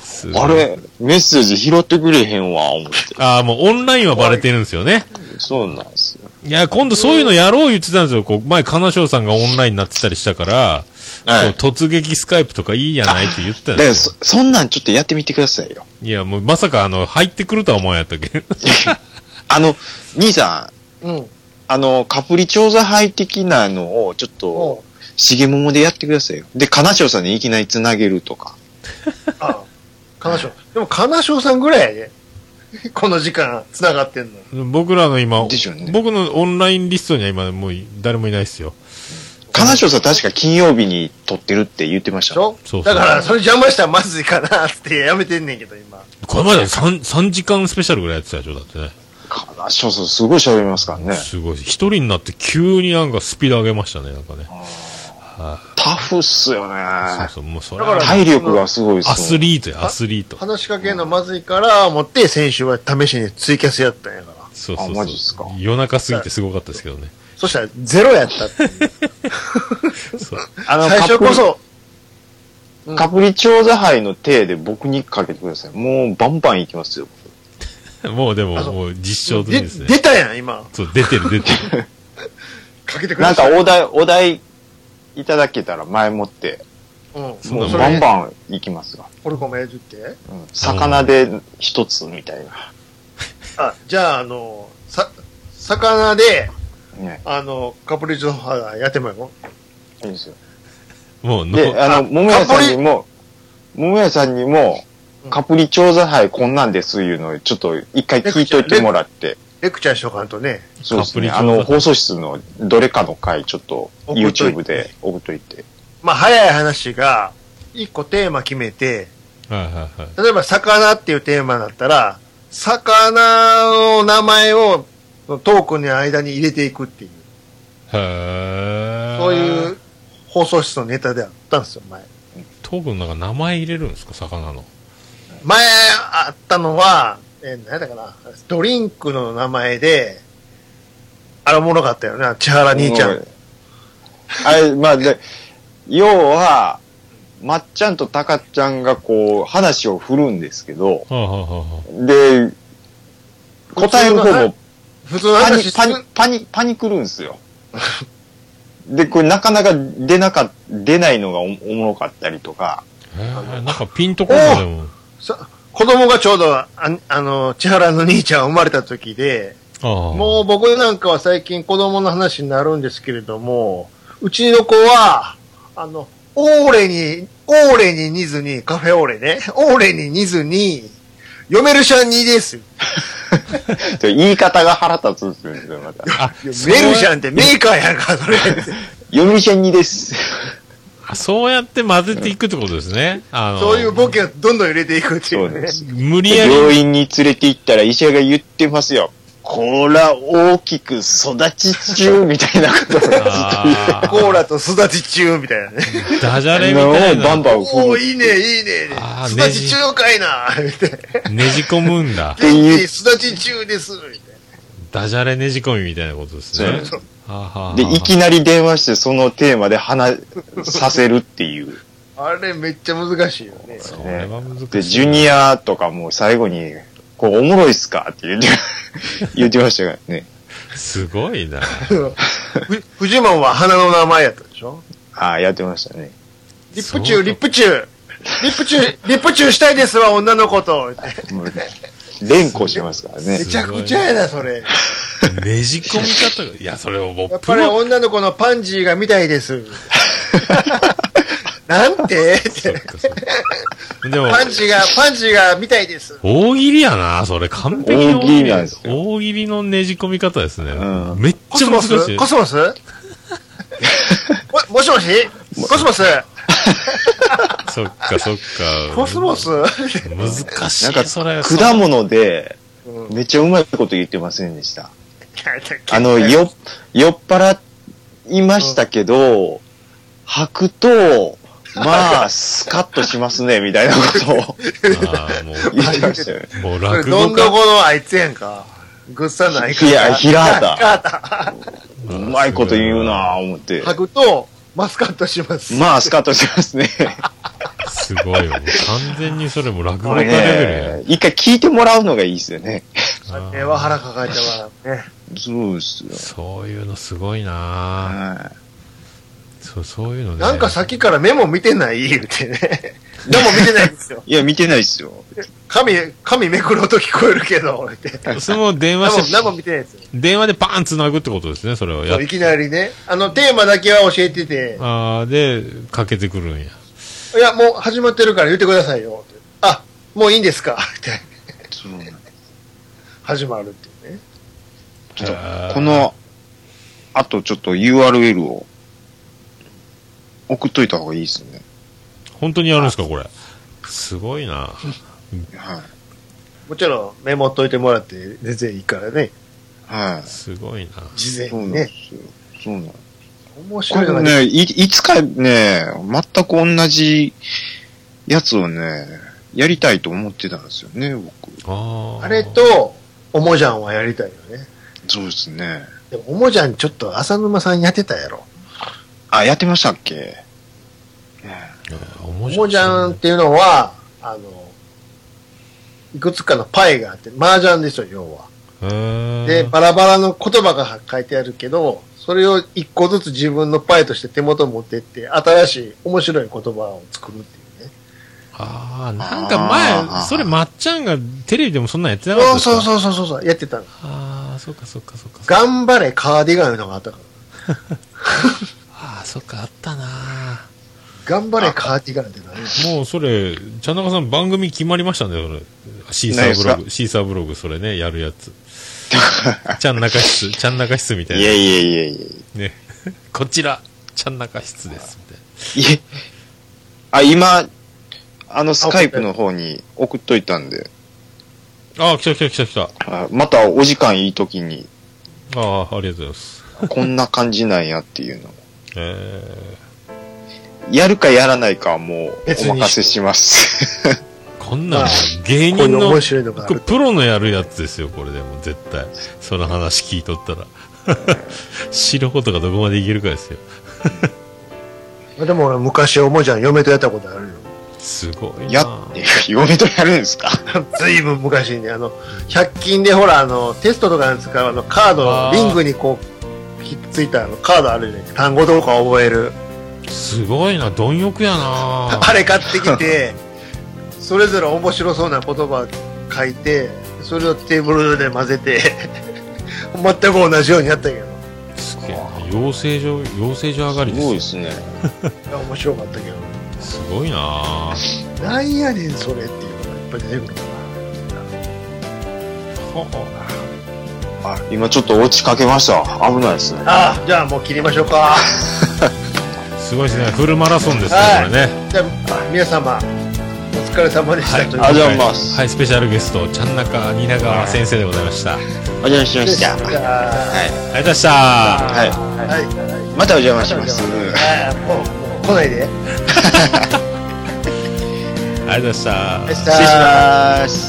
B: すごい
C: あれ、メッセージ拾ってくれへんわ、思って。
B: ああ、もうオンラインはバレてるんですよね。
C: そうなんですよ。
B: いや、今度そういうのやろう言ってたんですよ。こう前、金賞さんがオンラインになってたりしたから、
C: はい
B: そう突撃スカイプとかいいやないって言ってたん
C: だか
B: で
C: ら
B: すよ
C: そ、そんなんちょっとやってみてくださいよ。
B: いや、もうまさかあの、入ってくるとは思わんやったっけど。
C: あの、兄さん、
A: うん。
C: あの、カプリ調査杯的なのを、ちょっと、しげももでやってくださいよ。で、金城さんにいきなり繋げるとか。
A: あ、金賞。でも金賞さんぐらいやで、この時間、繋がってんの。
B: 僕らの今、
C: でしょうね
B: 僕のオンラインリストには今もう誰もいないですよ。
C: 金城さん確か金曜日に撮ってるって言ってまし
A: で
C: た
A: し。ょ
B: そうそう
A: だから、それ邪魔したらまずいかなってやめてんねんけど、今。
B: これまで 3, 3時間スペシャルぐらいやってたでしょだってね。
C: 金城さんすごい喋りますからね。
B: すごい。一人になって急になんかスピード上げましたね、なんかね。
C: タフっすよ
B: そう
C: ね。
B: そう、もうそれ
A: だから
B: は
C: 体力がすごいっすもん
B: アスリートや、アスリート。
A: 話しかけんのまずいから、思って、先週は試しにツイキャスやったんやから。
B: そうそう
C: あマジっす
B: そ
C: か
B: う。夜中過ぎてすごかったですけどね。
A: そしたら、ゼロやったっていう。
B: そう
C: あの、
A: 最初こそ、うん
C: カプリチョーザ杯の手で僕にかけてください。もうバンバンいきますよ。
B: もうでも
A: あ、そう
B: もう実証済み
A: で
B: ですね。
A: 出たやん、今。
B: そう、出てる、出てる。
A: かけてくだ
C: なんか
A: さい。
C: お題、お題いただけたら前もって、
A: うん、
B: そん
C: も
B: な
C: う
B: もん
C: バンバンいきますわ。
A: ポルコもやるって。
C: うん魚で一つみたいな。
A: あ、じゃあ、あの、さ、魚で、
C: ね。
A: あの、カプリチョ肌やってもらおう。
C: いいですよ。
B: もうの、
C: で、あの、桃屋さんにも、桃屋さんにも
A: う、ん
C: カプリチョーザ杯こんなんですいうのをちょっと一回聞いといてもらって、
A: レクチャーしとかんとね。
C: そうですね。
B: カプリチョーザ
C: あ
B: 杯
C: の、放送室のどれかの回ちょっと
A: 送っといて
C: YouTube で送っといて。
A: まあ、早い話が、一個テーマ決めて、
B: はいはいはい。
A: 例えば、魚っていうテーマだったら、魚の名前をトークの間に入れていくっていう、
B: へー
A: そういう。放送室のネタであったんですよ、前。
B: トークの中名前入れるんですか、魚の。
A: 前あったのは、えー、何だかな、ドリンクの名前で、あれおもろかったよな、千原兄ちゃ。。
C: うんあれ、まあ、で、要は、まっちゃんとたかちゃんがこう、話を振るんですけど、
B: はあ、はあはあは
C: で、答える方も
A: 普通の
C: パ
A: 話
C: ニ、
A: す
C: パニ
A: る、
C: パニ、パニくるんですよ。で、これなかなか出なか、出ないのがおおもろかったりとか、
B: あ、へーなんかピンとこないでも。
A: さ子供がちょうど、ああの、千原の兄ちゃんが生まれた時で、
B: ああ。
A: もう僕なんかは最近子供の話になるんですけれども、うちの子は、あの、オーレに、オーレに似ずに、カフェオーレね、オーレに似ずに、読めるシャンニーですよ。
C: で言い方が腹立つんですよね、それまた。
B: あ、
A: メル
B: そうや
A: シャンってメーカーやんか、それ。
C: 読み線にです。
B: あそうやって混ぜていくってことですね。あの、
A: そういうボケをどんどん入れていくっていう
C: そう
A: ね
C: で。す
B: 無理やり、
C: 病院に連れて行ったら医者が言ってますよ。こら大きく育ち中みたいなことをずっと言って
B: あー
A: コーラと育ち中みたいなね。
B: ダジャレみたい
C: のをバ
B: な
C: ン、バン
A: お
C: 振
A: お、
C: る
A: いいね、いいね
B: あ。ー
A: 育ち中かいな、みたいな。
B: ねじ込むんだ。
A: 元気、育ち中です、み
B: ダジャレねじ込みみたいなことです
A: たい
B: ね
A: な。。そう
B: はあはあはあ
C: で、いきなり電話してそのテーマで話させるっていう。
A: あれめっちゃ難しいよね。
B: それは難しい。
C: で、ジュニアとかも最後に、これおもろいっすかって言って、 言ってましたからね。
B: すごいな。
A: ふフジモンは花の名前やったでしょ
C: ああ、やってましたね。
A: リッ
B: そ
A: プ
B: う
A: チュー、リップチュー。リップチュー、リップチューしたいですわ、女の子と。
C: もう連呼してますからね
A: め。ちゃくちゃやな、それ。
B: ねじ込み方が、いや、それをも
A: やっ
B: うプ
A: ぱり
B: ロ、
A: 女の子のパンジーが見たい です。なんて
B: そっかそっかでも、
A: パンジーが、パンジーが見たいです。
B: 大喜利やな、それ。完璧に
C: 大喜利なんですよ
B: 大喜利のねじ込み方ですね。
C: うん
B: めっ
A: コ
B: ち
A: ス
B: ゃ
A: モ
B: 難し
A: ス
B: い
A: コ。スモスも、もしもしコスモス
B: そっかそっか。
A: コスモス
B: 難し。
C: ないんか、
B: それ
C: 果物で、
A: うん
C: めっちゃうまいこと言ってませんでした。あの、よ、酔っ払いましたけど、履くと、まあ、スカッとしますね、みたいなこと を
B: あーも
C: 言ってましたよね。
B: う、もう
A: それ
B: 落
A: ど
B: 語
A: んど
B: 家。
A: このあいつやんか。ぐっさんの相方。
C: いや、平畑。
B: う
C: うまいこと言うなぁ、思って。
A: 履くと、マスカットします。
C: まあ、スカッとしますね。
B: すごいよ。もう完全にそれもう落語
C: こ
B: 家
C: れ
B: レベルやん。
C: ね、一回聞いてもらうのがいいですよね。
B: あ
A: えは
B: ー
A: 腹抱えて笑うね。
C: そうですよ。
B: そういうのすごいなぁ
C: は
B: そう、そういうのね。
A: なんかさっきからメモ見てない言うてね。でも見てないですよ。
C: い。いや、見てないですよ。
A: 紙、紙めくる音聞こえるけど、って。
B: それも電話
A: 何も、
B: して
A: 何も、見てないですよ。
B: 電話でバーン繋ぐってことですね、それをや
A: そ
B: っ
A: ういきなりね。あの、テーマだけは教えてて、
B: ああ、で、かけてくるんや。
A: いや、もう始まってるから言ってくださいよ。ってあ、もういいんですかって
C: そう
A: 始まるっていうね。
C: ちょっと
B: あー
C: こ、の、あとちょっと URL を送っといた方がいいですね。
B: 本当にやるんですか、これ。すごいな
C: はい。
A: もちろんメモっといてもらって全然いいからね。
C: はい。
B: すごいな
A: 事前
C: そうな
A: に
C: んで
A: ね。
C: すよ。そうなん
A: 面
C: こ
A: 白い
C: れ
A: のがね。
C: ね、いいつかね、全く同じやつをね、やりたいと思ってたんですよね、僕。
B: あー
A: あれ、と、おもじゃんはやりたいよね。
C: そうですね。
A: でも、おもじゃんちょっと浅沼さんやってたやろ。
C: あ、やってましたっけ
B: おも
A: おもじゃんっ
B: ん。
A: ていうのは、あの、いくつかのパイがあって、麻雀でしょ、要は。
B: へー
A: で、バラバラの言葉が書いてあるけど、それを一個ずつ自分のパイとして手元に持ってって、新しい面白い言葉を作るっていうね。
B: ああ、なんか
C: あ
B: 前、
C: ー
B: それ、まっちゃんがテレビでもそんなんやってなかった
A: そ
B: で
A: う
B: すか
A: そうそうそうそうそう、やってたの。
B: ああ、そっかそっかそっか。
A: 頑張れカーディガンいうのがあったから。
B: ああ、そっか、あったな
A: 頑張れカーディガンって何
B: もうそれ、ちゃんなかさん番組決まりましたね、それ。シーサーブ
C: な
B: ロ
C: いで
B: グ、シーサーブログ、それね、やるや つ。ちゃんなか室、ちゃんなか室み
C: い
B: た
C: や
B: い
C: い
B: な
C: や。いやいや
B: ね。 こちら、ちゃんなか室です、みたいな。
C: いえ。あ、今、あのスカイプの方に送っといたんで、
B: ああ、来た来た来た来た。
C: あまたお時間いい時に、
B: ああ、ありがとうございます。
C: こんな感じなんやっていうの。
B: え
C: やるかやらないかはもう
A: 別に
C: お任せします。
B: ー、こんなの
A: まあ
B: 芸
A: こうい
B: 人
A: う
B: の、
A: 面白いのがあ
B: これ
A: る。
B: プロのやるやつですよ、これでも絶対。その話聞いとったら。 素人がどこまでいけるかですよ。
A: でも俺昔おもちゃん嫁とやったことあるよ。
B: すごいな。
C: やって、嫁とやるんですか
A: ずいぶん昔にあの、100均でほら、あの、テストとかに使うあのカード
B: あ、ー
A: リングにこう、ひっついたあのカードあるじゃないですか。単語とか覚える。
B: すごいな、貪欲や な。
A: あれ買ってきて、それぞれ面白そうな言葉書いて、それをテーブルで混ぜて、全く同じようにやったけど、
B: すげえな。養成所、養成所上が
C: す
B: り
C: ごい
B: で
C: ですすね。
A: 面白かったけど、
B: よ。すごいな。
A: なんやねんそれっていうのがやっぱり出てくるか
C: あ、今ちょっと落ちかけました。危ないですね。
A: な。ああ、じゃあもう切りましょうか。
B: すごいですね。フルマラソンですね、
A: はい
B: これね。
A: じゃあ皆様、お疲れ様でした。
B: はい
A: という
C: あ、
A: ことで
C: じゃあまあ、あ、
B: はい、スペシャルゲスト、ちゃんなか蜷川先生でございました。あり
C: じゃあしまし
A: じ
C: た。
A: ゃ
C: はい。
A: あ
B: がとうございました。
C: はい。
A: はい。はい
C: またお邪魔します。
A: ああもうもう来ないで。
B: ありがとうございました。
A: 失
C: 失礼します。